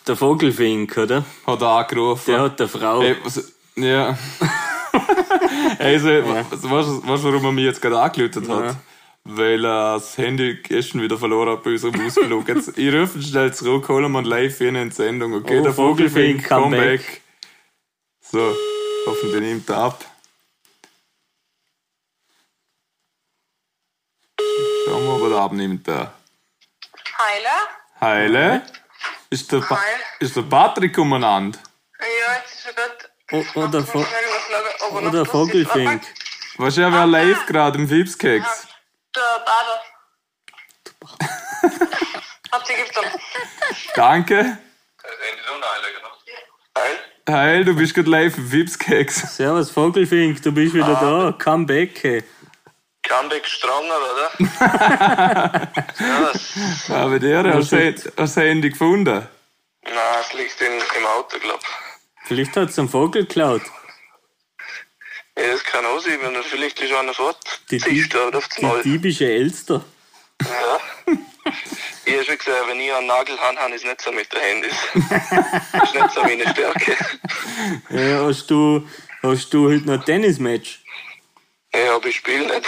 S3: der Vogelfink, oder?
S4: hat er angerufen.
S3: Der hat der Frau.
S4: Ey, was, ja. also, ja. weißt du, weißt du, warum er mich jetzt gerade angelötet hat?
S3: Ja.
S4: Weil er das Handy gestern wieder verloren hat bei unserem Ausflug. Jetzt, ich rufe ihn schnell zurück, holen wir ihn live in eine Sendung, okay?
S3: Oh,
S4: Der Vogelfink,
S3: Vogelfink, come
S4: come back.
S3: back.
S4: So, hoffentlich nimmt er ab. Schauen wir, ob er da abnimmt. Da.
S6: Heiler?
S4: Heile? Ist der, pa
S6: Heil.
S4: ist der Patrick umeinander?
S6: Ja, jetzt ist er gerade.
S3: O-
S6: Ich
S3: oder
S6: muss
S3: Vo-
S6: mal schnell überschlagen, ob er noch
S3: oder
S6: das
S3: Vogelfink.
S6: ist.
S4: Weißt du, er wäre live gerade im Fipskeks.
S6: Ah, Der Bader. Habt ihr gibt's dann?
S4: Danke.
S6: Heil?
S4: Heil, du bist gerade live im Wipskeks.
S3: Servus Vogelfink, du bist wieder
S4: Ah.
S3: da. Come back. hey.
S7: Comeback Stranger, oder? Servus.
S4: Aber der hast du hast das Handy gefunden.
S7: Nein, es liegt in, im Auto, glaub.
S3: Vielleicht hat's einen Vogel geklaut.
S7: Ja, das kann auch sein, wenn er vielleicht ist einer fort.
S3: Die,
S7: Ziehst
S3: die,
S7: du auf das
S3: die
S7: Mal.
S3: diebische Elster.
S7: Ja. Ich hab schon gesagt, wenn ich einen Nagel habe, habe ich es nicht so mit den Handys. Das ist nicht so meine Stärke.
S3: Äh, hast, du, hast du heute noch ein Tennismatch?
S7: Ja, aber ich spiele nicht.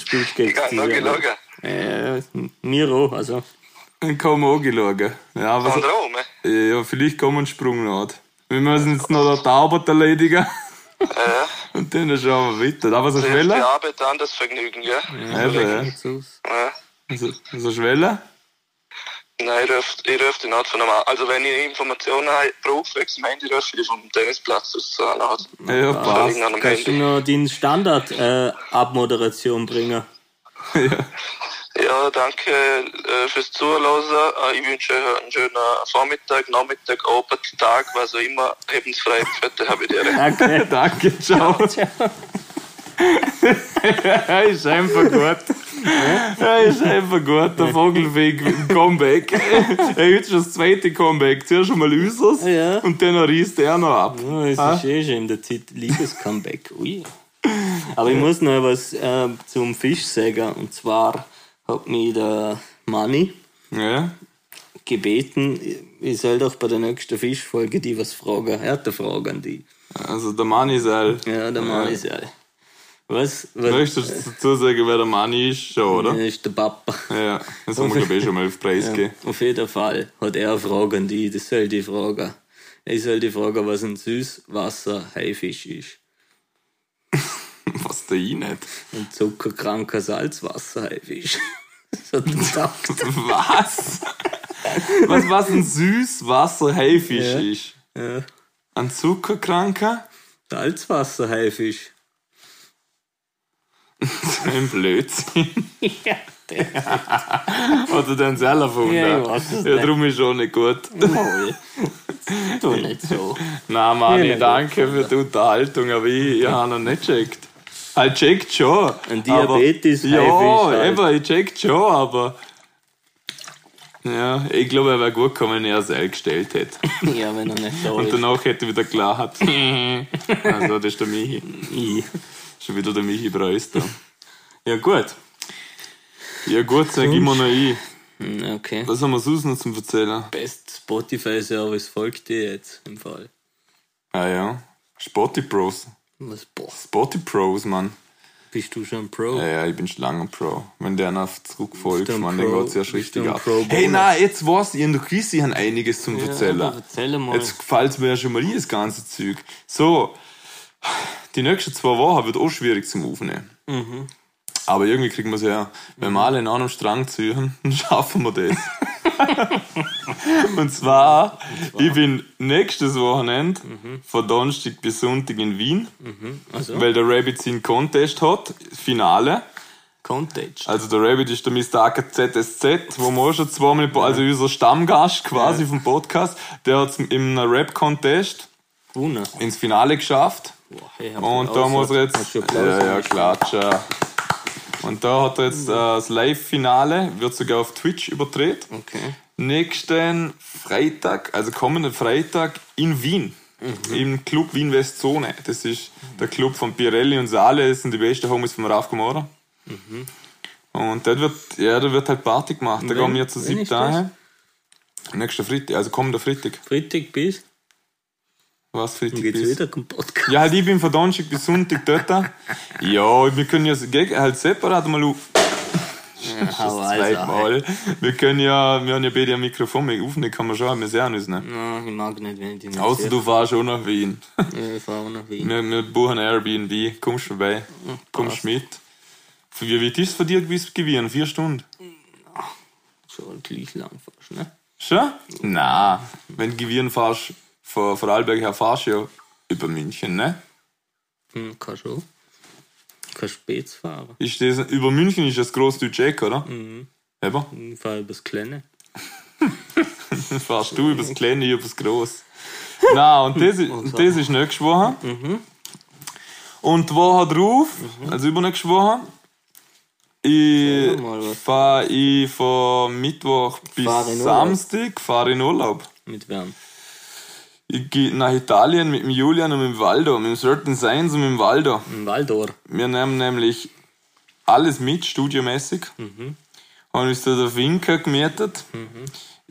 S3: Spielst
S7: Ich
S3: gegen
S7: kann nur gelogen.
S3: Äh, mir auch, also.
S4: Dann kann man auch schauen. Ja,
S7: Und eh?
S4: was,
S7: Raum,
S4: ja, vielleicht kommt ein Sprung noch. Wir müssen jetzt noch den Taubert erledigen. Und dann schauen wir weiter. Da was hast Äh? du
S7: die
S4: wollen?
S7: Arbeit an, das Vergnügen, ja.
S4: Eben, ja.
S7: ja.
S4: Was- Was hast du wollen?
S7: Nein, ich rufe ich ruf den Ort von einem an. Also, wenn ich Informationen he- brauche, wegen dem Handy, rufe ich vom Tennisplatz aus zu einem an.
S4: Ja,
S7: Da
S4: passt.
S7: liegen an dem
S3: Kannst du
S7: Handy.
S3: noch deinen Standard-Abmoderation bringen?
S7: Ja, danke äh, fürs Zuhören. Äh, Ich wünsche euch einen schönen Vormittag, Nachmittag, Abend, Tag, was auch immer. Lebensfrei, fette Habitäre.
S3: Danke.
S4: Danke, ciao. Er ist einfach gut. Er ist einfach gut, der Vogelweg mit dem Comeback. Er ist schon das zweite Comeback. Zuerst einmal unseres
S3: Ja.
S4: und dann reißt er noch ab.
S3: Ja, Es ist eh schon in der Zeit Liebes-Comeback. Ui. Aber ich muss noch was äh, zum Fisch sagen. Und zwar hat mich der Manni
S4: Ja,
S3: gebeten, ich soll doch bei der nächsten Fischfolge die was fragen. Er hat eine Frage an die.
S4: also der Mann ist all.
S3: Ja, der Manni ist ja. Was? was
S4: Ah. Möchtest du dazu sagen, wer der Mann ist, schon, oder?
S3: das ist der Papa.
S4: Ja, das haben wir, glaube ich, eh schon mal auf Preis gegeben.
S3: Auf jeden Fall hat er eine Frage an die. Das soll die Frage. Ich soll die Frage, was ein Süßwasser-Haifisch ist.
S4: Was der ich nicht.
S3: Ein zuckerkranker Salzwasser-Haifisch. Das hat er gesagt.
S4: Was? Was, was ein Süßwasser-Haifisch
S3: Ja.
S4: ist?
S3: Ja.
S4: Ein Zuckerkranker?
S3: Salzwasserhaifisch.
S4: Ein Blödsinn. Oder den selber gefunden.
S3: Ja,
S4: Ja,
S3: ich weiß es nicht.
S4: darum ist auch nicht gut.
S3: Moll. Tu nicht so.
S4: Nein, Manni,
S3: Ja, nicht
S4: danke für die Unterhaltung, aber ich, ich habe noch nicht gecheckt. Ich checkt schon.
S3: Ein
S4: aber-
S3: Diabetes
S4: Ja,
S3: Haifisch halt.
S4: eben, ich checkt schon, aber. Ja, ich glaube, er wäre gut gekommen, wenn er es eingestellt hätte.
S3: Ja, wenn er nicht da
S4: Und
S3: ist.
S4: danach hätte er wieder gelacht. also, das ist der Michi.
S3: I.
S4: Schon wieder der Michi Breus da. Ja, gut. Ja, gut, sag immer noch ich.
S3: Hm, Okay.
S4: Was haben wir sonst noch zum Erzählen?
S3: Best Spotify-Service folgt dir jetzt im Fall.
S4: Ah ja. Spotty Pros.
S3: Was, boah,
S4: Spotty Pros, Mann.
S3: bist du schon Pro?
S4: Ja, ja, ich bin Schlangen Pro. Wenn der noch zurückfolgt,
S3: Bist du ein
S4: Mann, dann
S3: Pro-
S4: geht's erst
S3: bist du
S4: richtig
S3: ein
S4: ab.
S3: Pro-Bowler?
S4: Hey, na, jetzt war's, ihr und der Chris, ich haben einiges zum Erzählen.
S3: aber erzähl mal.
S4: Jetzt gefällt's mir ja schon mal das ganze Zeug. So, die nächsten zwei Wochen wird auch schwierig zum Aufnehmen. Aber irgendwie kriegen wir es ja. Wenn wir alle in einem Strang ziehen, dann schaffen wir das. Und zwar, ich bin nächstes Wochenende von Donnerstag bis Sonntag in Wien,
S3: Also,
S4: weil der Rabbit seinen Contest hat, Finale.
S3: Contage.
S4: Also der Rabbit ist der Mr. Acker ZSZ, wo wir auch schon zweimal, also unser Stammgast quasi vom Podcast, der hat im Rap-Contest
S3: Gewonnen.
S4: ins Finale geschafft.
S3: Boah, hey, hab
S4: Und da
S3: Applaus,
S4: muss er
S3: hast
S4: jetzt.
S3: du Applaus?
S4: Ja, ja, klatschen. Und da hat er jetzt äh, das Live-Finale, wird sogar auf Twitch übertragen.
S3: Okay.
S4: Nächsten Freitag, also kommenden Freitag in Wien.
S3: Mhm.
S4: Im Club Wien Westzone. Das ist der Club von Pirelli und Sale, das sind die besten Homies von Raf Gamora.
S3: Mhm.
S4: Und dort wird, ja, da wird halt Party gemacht. Da
S3: Wann-
S4: gehen wir zu
S3: wann
S4: siebten
S3: ist das?
S4: dahin. Nächsten Freitag, also kommender Freitag.
S3: Freitag bis,
S4: Was Freitag
S3: dann geht's
S4: bis?
S3: wieder zum Podcast.
S4: Ja, halt, ich bin von Donnerstag bis Sonntag dort. Ja, wir können ja geg- halt separat mal auf.
S3: aber
S4: Ah, Zweimal. Wir können ja, wir haben ja beide ein Mikrofon mit aufnehmen, kann man schon, wir sehen uns nicht.
S3: Nein, ich mag nicht, wenn ich die nicht
S4: Außer
S3: sehe.
S4: du fahrst auch nach Wien.
S3: Ja, ich fahr auch nach Wien.
S4: Wir, wir buchen Airbnb, kommst vorbei, kommst mit. Wie weit ist es von dir bis gewesen? Vier Stunden?
S3: Schon gleich lang fast, ne?
S4: Schon? Na, wenn du gewesen fährst, von Vorarlberg her fährst du ja über München, ne?
S3: Hm, kann schon. Kann spät fahren.
S4: Ist das, über München ist das Großdeutsche Eck, oder? Mhm. Eben.
S3: Ich fahre übers Kleine.
S4: Dann fährst du übers Kleine, ich übers Gross. Na und das, i- und das ist nächste Woche.
S3: Mhm.
S4: Und die Woche drauf, also übernächste Woche, ich
S3: Sag mal was.
S4: fahre ich von Mittwoch bis
S3: Fahr in Urlaub.
S4: Samstag fahre in Urlaub.
S3: Mit wem?
S4: Ich gehe nach Italien mit dem Julian und mit dem Waldo, mit dem Certain Science und mit dem Waldo.
S3: Im Waldor.
S4: Wir nehmen nämlich alles mit, studiomäßig.
S3: Mhm.
S4: Haben uns da der Winker gemietet.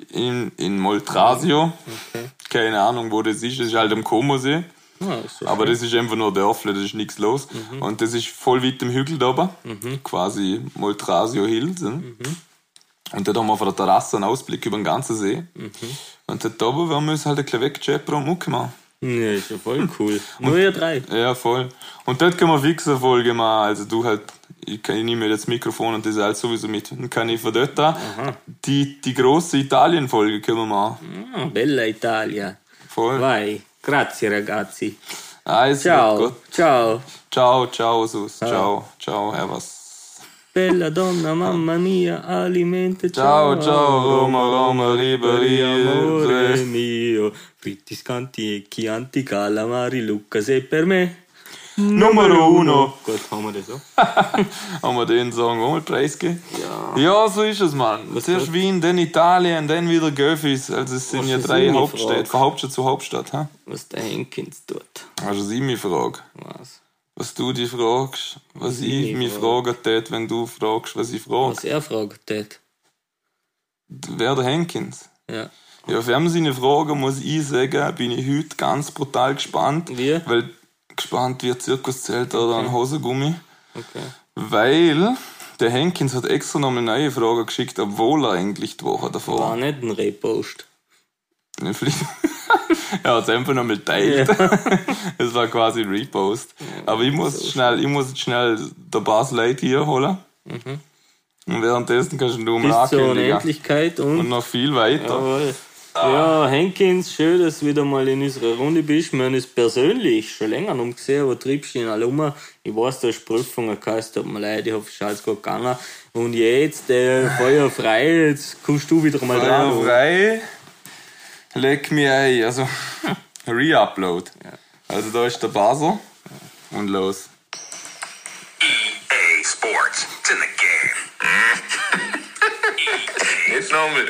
S4: In, in Moltrasio. Keine Ahnung, wo das ist. Das ist halt am Comosee.
S3: Ah, ist so Mhm.
S4: Aber das ist einfach nur Dörfle, das ist nichts los. Und das ist voll weit im Hügel da oben. Quasi Moltrasio Hills. ne?
S3: Mhm.
S4: Und dort haben wir auf der Terrasse einen Ausblick über den ganzen See.
S3: Mhm.
S4: Und dort oben werden wir uns halt ein bisschen weggechappert und Mucke machen.
S3: Nee, ist ja voll cool. Nur ihr drei.
S4: Ja, voll. Und dort können wir fixe Folge machen. Also du halt, ich, kann- ich nehme mir das Mikrofon und das ist halt sowieso mit. Dann kann ich von dort an die, die große Italien-Folge können wir machen.
S3: Ah, bella Italia.
S4: Voll.
S3: Vai. Grazie, ragazzi.
S4: Also,
S3: Ciao.
S4: gut.
S3: Ciao.
S4: Ciao, ciao, Sus. Ciao, ciao, Herwas.
S3: Bella donna, mamma mia, alimente.
S4: Ciao, ciao, Roma, Roma,
S3: Amore
S4: Riberi.
S3: mio, fritti scanti e chianti, calamari, Luca, sei per me.
S4: Numero uno.
S3: Gut, haben wir das auch.
S4: Haben wir den Song auch mal preisgegeben? Ja. Ja, so ist es, Mann. Zuerst Wien, dann Italien, dann wieder Göffis. Also es sind
S3: Was
S4: ja
S3: ist
S4: drei
S3: meine
S4: Hauptstädte.
S3: Frage?
S4: Von Hauptstadt zu Hauptstadt, hä?
S3: Was der Henkins tut.
S4: Also sie mich frage.
S3: Was?
S4: was du dich fragst, was ich
S3: ich
S4: mich
S3: frage.
S4: fragen tät, wenn du fragst, was ich frage.
S3: Was er fragt hat.
S4: Wer der Henkins?
S3: Ja.
S4: Ja, auf ihm seine Frage muss ich sagen, bin ich heute ganz brutal gespannt.
S3: Wie?
S4: Weil gespannt wird Zirkuszelt oder ein Hosengummi.
S3: Okay.
S4: Weil der Henkins hat extra noch eine neue Frage geschickt, obwohl er eigentlich die Woche davor
S3: War nicht ein Repost.
S4: Nee, Vielleicht. Ne, er hat es einfach noch mal teilt. Es war quasi ein Repost. Aber ich muss schnell, ich muss jetzt schnell der Buzz Lightyear holen. Und währenddessen kannst du um mal
S3: Bis zur
S4: ankündigen.
S3: Unendlichkeit und.
S4: Und noch viel weiter.
S3: Jawohl. Ja, Henkins, schön, dass du wieder mal in unserer Runde bist. Wir haben uns persönlich schon länger nicht gesehen, aber triebst ihn alle um. Ich weiß, du hast Prüfungen gehabt, tut mir leid, ich hoffe, es ist alles gut gegangen. Und jetzt, äh, Feuer frei, jetzt kommst du wieder mal
S4: Feuer
S3: dran.
S4: frei. Leck mich ein. Also, Re-Upload. Also, da ist der Basel. Und los.
S8: EA Sports. It's in the game. Nicht nochmal.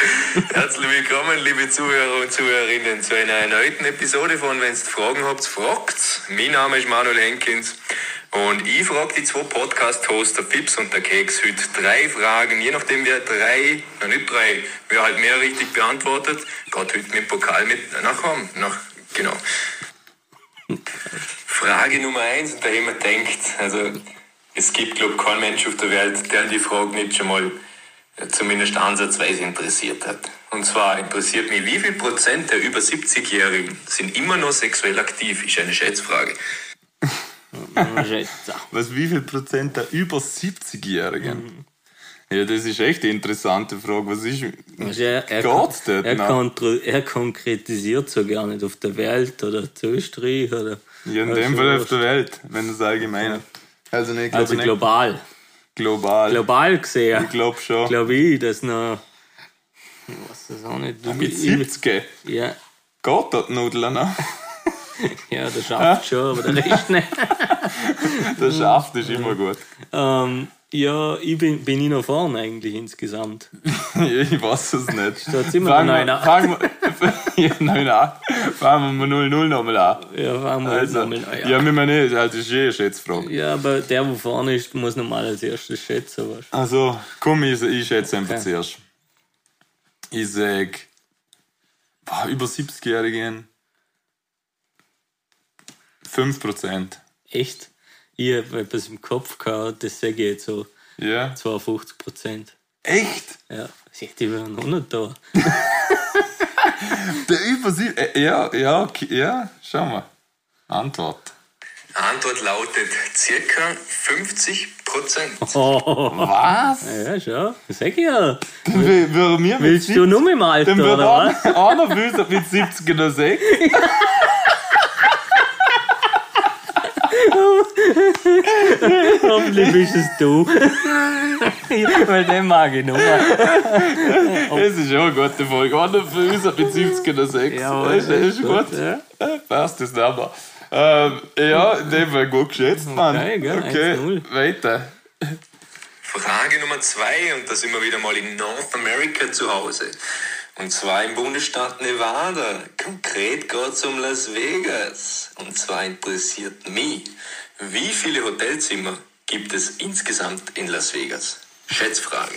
S8: Herzlich willkommen, liebe Zuhörer und Zuhörerinnen, zu einer erneuten Episode von Wenn's Fragen habt, fragt's. Mein Name ist Manuel Henkins und ich frage die zwei Podcast-Hosts, der Pips und der Keks, heute drei Fragen. Je nachdem, wer drei, na nicht drei, wer halt mehr richtig beantwortet, geht heute mit Pokal mit nach Hause. Nach, genau. Frage Nummer eins, und da immer denkt, also es gibt, glaube ich, keinen Mensch auf der Welt, der die Frage nicht schon mal äh, zumindest ansatzweise interessiert hat. Und zwar interessiert mich, wie viel Prozent der über 70-Jährigen sind immer noch sexuell aktiv, ist eine Schätzfrage.
S3: Schätze.
S4: Was, wie viel Prozent der über 70-Jährigen? Mhm. Ja, das ist echt eine interessante Frage. Was ist.
S3: Also er, er,
S4: Geht's
S3: kon-
S4: dort
S3: er,
S4: noch?
S3: kontro- er konkretisiert so gar nicht auf der Welt oder zu Österreich oder. also
S4: Ja, in
S3: Ja,
S4: dem
S3: schon
S4: Fall auf
S3: wurscht.
S4: der Welt, wenn es allgemein ist. Also nicht, glaub
S3: Also
S4: nicht
S3: global.
S4: global.
S3: Global gesehen,
S4: Ich glaube schon.
S3: glaube ich, dass noch. Ich weiß das auch nicht. Du,
S4: Mit
S3: ich,
S4: 70 geht
S3: ja,
S4: das Nudeln noch.
S3: ja, das schafft schon, aber der Rest nicht.
S4: Der Schaft ist immer gut.
S3: Ähm, ja, ich bin, bin ich noch vorne eigentlich insgesamt.
S4: ich weiß es nicht.
S3: Da sind wir
S4: fangen, wir,
S3: bei einer.
S4: fangen, wir, ja, neun an. fangen wir mit 0-0 nochmal an.
S3: Ja, fangen wir jetzt
S4: Also,
S3: nochmal ah, neu an.
S4: ja, müssen wir nicht. Das ist eh eine Schätzfrage.
S3: Ja, aber der, der vorne ist, muss normal als erstes schätzen. Weißt.
S4: Also, komm, ich, ich schätze einfach zuerst. Ich sag, boah, über 70-Jährigen 5%.
S3: du. Echt? Ich habe etwas im Kopf gehabt, das sage ich jetzt so
S4: Ja?
S3: 52 Prozent.
S4: Echt?
S3: Ja, das hätte ich mir noch nicht da.
S4: Der über sie. Äh, ja, ja, okay, ja, schau mal. Antwort.
S8: Antwort lautet circa 50 Prozent.
S4: Was?
S3: Ja, schon. Sag ich ja.
S4: Wür- Würden wir mit
S3: Äh, Willst du nur mit dem Alter,
S4: Dann wird
S3: oder was?
S4: auch, auch noch böse mit 70 oder 6.
S3: Hoffentlich bist es du. Weil den mag ich noch. Oh.
S4: Das ist ja eine gute Folge. Auch noch für uns mit 70 oder 6.
S3: Jawohl,
S4: das
S3: das
S4: ist
S3: ist
S4: gut.
S3: gut, ja.
S4: Äh, Passt das aber. Ähm, ja, in dem Fall gut geschätzt, Mann.
S3: Okay, Hm, gell,
S4: okay
S3: 1-0.
S4: weiter.
S8: Frage Nummer zwei, und da sind wir wieder mal in North America zu Hause. Und zwar im Bundesstaat Nevada. Konkret geht's um Las Vegas. Und zwar interessiert mich, wie viele Hotelzimmer gibt es insgesamt in Las Vegas? Schätzfrage.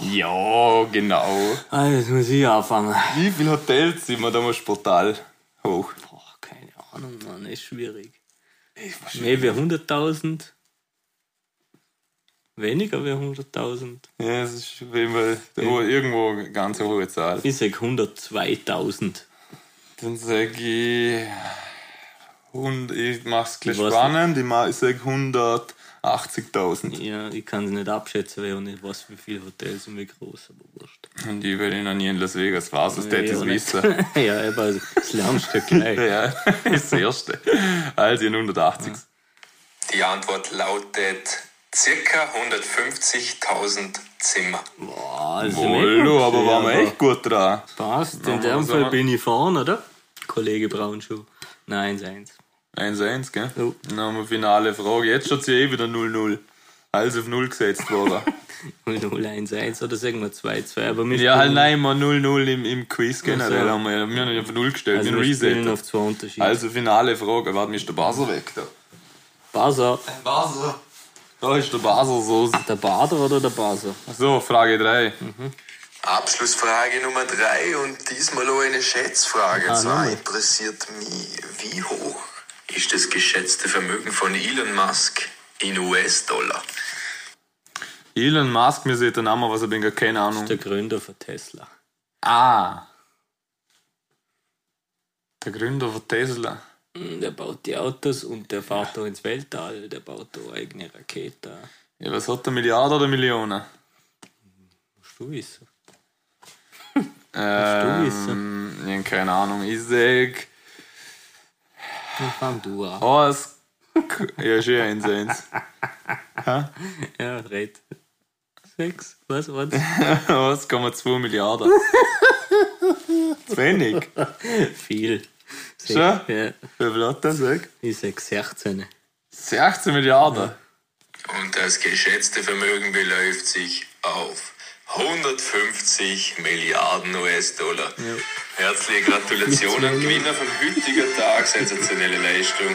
S4: Ja, genau.
S3: Ah, jetzt muss ich anfangen.
S4: Wie viele Hotelzimmer, da musst du brutal hoch.
S3: Boah, keine Ahnung, Mann, ist schwierig. Mehr wie 100.000. Weniger wie 100.000.
S4: Ja, das ist auf jeden Fall irgendwo- irgendwo eine ganz hohe Zahl.
S3: Ich sag 102.000.
S4: Dann sage ich. Und ich mach's gleich
S3: Ich weiß
S4: spannend. Ich, mach, ich sage 180.000.
S3: Ja, ich kann es nicht abschätzen, weil ich auch nicht weiß, wie viele Hotels und wie groß, aber wurscht.
S4: Und ich werde noch nie in Las Vegas. Was ist das?
S3: Ja,
S4: Das
S3: aber-
S4: wissen.
S3: ja, aber also, das lernst du ja gleich.
S4: Ja, ist das erste. Also in 180.
S8: Die Antwort lautet circa 150.000 Zimmer.
S3: Boah, also
S4: Hallo, aber waren wir echt gut dran.
S3: Passt, in
S4: wir
S3: dem
S4: so
S3: Fall
S4: mal.
S3: bin ich vorne, oder? Kollege Braunschuh. Nein, eins.
S4: 1-1, gell?
S3: Jo.
S4: Dann haben wir finale Frage. Jetzt schaut ja eh wieder 0-0. Alles auf 0 gesetzt worden.
S3: 0-1-1 oder sagen wir 2-2, aber wir
S4: ja, halt
S3: spielen-
S4: nein, mal 0-0 im, im Quiz generell
S3: so.
S4: haben wir. Wir haben ihn auf 0 gestellt,
S3: also
S4: wir
S3: wir spielen
S4: Reset.
S3: auf zwei Unterschiede.
S4: Also finale Frage. Warte, mir ist der Basel weg da. Also-
S3: Baser,
S4: Basel. Da ist der Basel so.
S3: der Bader oder der Baser?
S4: So, Frage 3.
S8: Abschlussfrage Nummer drei und diesmal auch eine Schätzfrage. Und zwar interessiert mich, wie hoch ist das geschätzte Vermögen von Elon Musk in US-Dollar?
S4: Elon Musk, mir sieht der Name, was ich bin, gar keine Ahnung.
S3: Der Gründer von Tesla.
S4: Ah. Der Gründer von Tesla.
S3: Der baut die Autos und der fährt da ins Weltall, der baut da eigene Rakete.
S4: Ja, was hat der Milliarde oder Millionen?
S3: Musst du wissen.
S4: Ähm, ich hab keine Ahnung. Ich sag.
S3: Dann fang du an.
S4: Oh, es. Ja, schön einsehens.
S3: Ja, red. Sechs, was war's?
S4: Oh, es kommen 2 Milliarden. Zu wenig.
S3: Viel. Sech,
S4: Schon?
S3: ja,
S4: Wie viel hat der sag?
S3: ich sag 16.
S4: 16 Milliarden.
S8: Und das geschätzte Vermögen beläuft sich auf 150 Milliarden US-Dollar. Herzliche Gratulation an Gewinner vom heutigen Tag, sensationelle Leistung.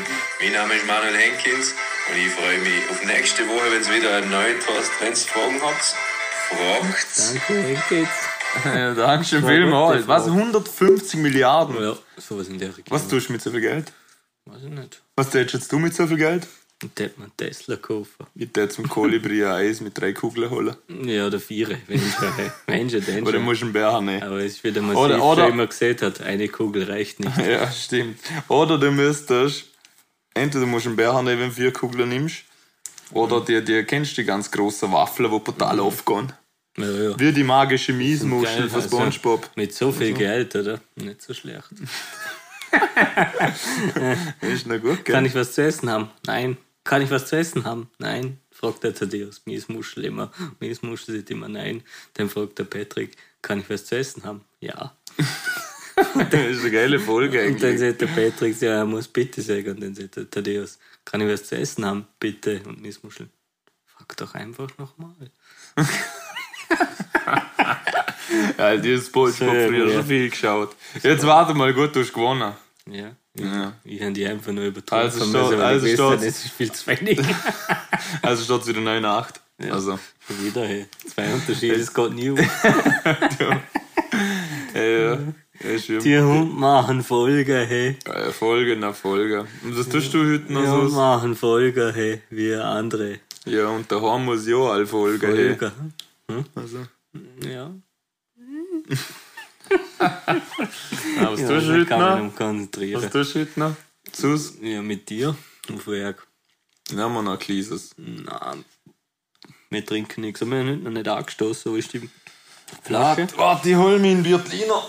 S8: Mein Name ist Manuel Henkins und ich freue mich auf nächste Woche, wenn es wieder erneut was, wenn es Fragen habt, fragt's.
S3: Danke, weg geht's.
S4: Ja, danke schön vielmals. Was? 150 Milliarden?
S3: Ja, sowas in der Richtung.
S4: Was tust du mit so viel Geld?
S3: Weiß ich nicht.
S4: Was tätest jetzt du mit so viel Geld?
S3: Und der hat mir einen Tesla kaufen.
S4: Ich tät zum Kolibri ein Eis mit drei Kugeln holen.
S3: Ja, oder Viere, wenn schon. wenn schon, denn
S4: Aber dann
S3: schon.
S4: musst du einen Bär nehmen.
S3: Aber es ist wieder mal
S4: Oder-
S3: oder,
S4: oder-
S3: immer gesehen hat, eine Kugel reicht nicht.
S4: Ja, stimmt. Oder du müsstest, entweder du musst einen Bär haben,
S3: Mhm.
S4: wenn du vier Kugeln nimmst, oder die, die kennst du die ganz großen Waffeln, die brutal aufgehen.
S3: Ja, ja.
S4: Wie die magische Miesmuschel
S3: Mhm. Geil,
S4: von
S3: also,
S4: Spongebob. Also.
S3: Mit so viel Geld, oder? Nicht so schlecht.
S4: Ist noch gut, gell?
S3: Kann ich was zu essen haben? Nein. Kann ich was zu essen haben? Nein. Fragt der Thaddeus. Miesmuschel immer. Miesmuschel sieht immer nein. Dann fragt der Patrick, kann ich was zu essen haben? Ja.
S4: das ist eine geile Folge
S3: Und dann
S4: eigentlich.
S3: sagt der Patrick, ja, er muss bitte sagen. Und dann sagt der Thaddeus, kann ich was zu essen haben? Bitte. Und Miesmuschel, frag doch einfach nochmal.
S4: Ja, die ist Spongebob
S3: Sehr
S4: früher
S3: gut.
S4: schon viel geschaut. Jetzt warte mal, gut, du hast gewonnen.
S3: Ja. Ich, ich habe die einfach nur übertragen.
S4: Also
S3: müssen,
S4: statt-
S3: weil ich
S4: also
S3: gewusst
S4: statt-
S3: habe, es ist viel zu wenig.
S4: Also steht wieder 9-8. Also,
S3: Schon Wieder, hey. Zwei Unterschiede, es geht nie um.
S4: äh, ja, ja, schön.
S3: Mhm. Die Hund machen Folge, hey.
S4: Äh, Folge nach Folge. Und das tust du heute noch
S3: Die Hund
S4: so?
S3: machen Folge, hey. Wie andere.
S4: Ja, und daheim muss ich auch alle Also. Folge her.
S3: Folge. Hm? Ja.
S4: Ah, was
S3: ja
S4: tust du
S3: ich
S4: heute
S3: kann mich
S4: noch?
S3: nicht konzentrieren.
S4: Was tust du heute noch? Zus?
S3: ja, mit dir auf Werk.
S4: Nehmen wir noch ein kleines.
S3: Nein. Wir trinken nichts. Wir haben heute noch nicht angestoßen, so ist die Flasche.
S4: Warte, ich hol mir einen Biertliner.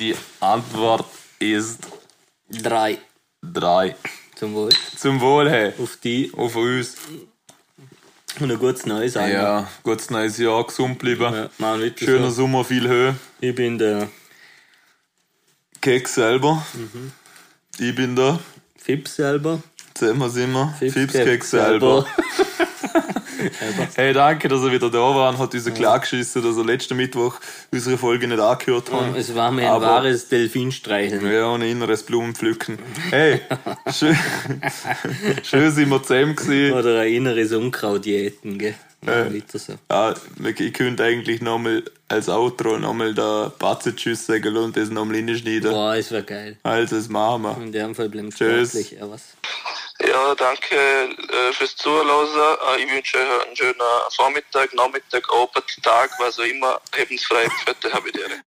S4: Die Antwort ist
S3: Drei.
S4: 3.
S3: Zum Wohl.
S4: Zum Wohl, hey.
S3: Auf die
S4: Auf uns.
S3: und ein gutes Neues an.
S4: Ja, gutes neues Jahr, gesund bleiben.
S3: Ja, Mann, wirklich
S4: Schöner
S3: so.
S4: Sommer, viel Höhe.
S3: Ich bin der
S4: Keks selber. Ich bin da.
S3: Fips selber.
S4: Sehen wir, sind wir. Fips
S3: Keks
S4: Keks selber. Hey, danke, dass ihr wieder da waren. Hat uns klar geschissen, dass ihr letzten Mittwoch unsere Folge nicht angehört haben.
S3: Es war mir ein
S4: Aber-
S3: wahres Delfinstreicheln.
S4: Ja, und inneres Blumenpflücken. Hey, schön, schön sind wir zusammen gewesen.
S3: Oder ein inneres Unkrautjäten, gell? Ja, wieder so.
S4: Ja, ich könnte eigentlich nochmal als Outro nochmal der Batze Tschüss sagen und das nochmal hinschneiden.
S3: Boah, Ah, es war geil.
S4: Also, das machen wir.
S3: In dem Fall bleiben
S4: Tschüss.
S3: sportlich. Ja, was?
S7: Ja, danke äh, fürs Zuhören. Äh, ich wünsche euch einen schönen Vormittag, Nachmittag, Abend, Tag, was auch immer. Lebensfrei, fette Habitäre.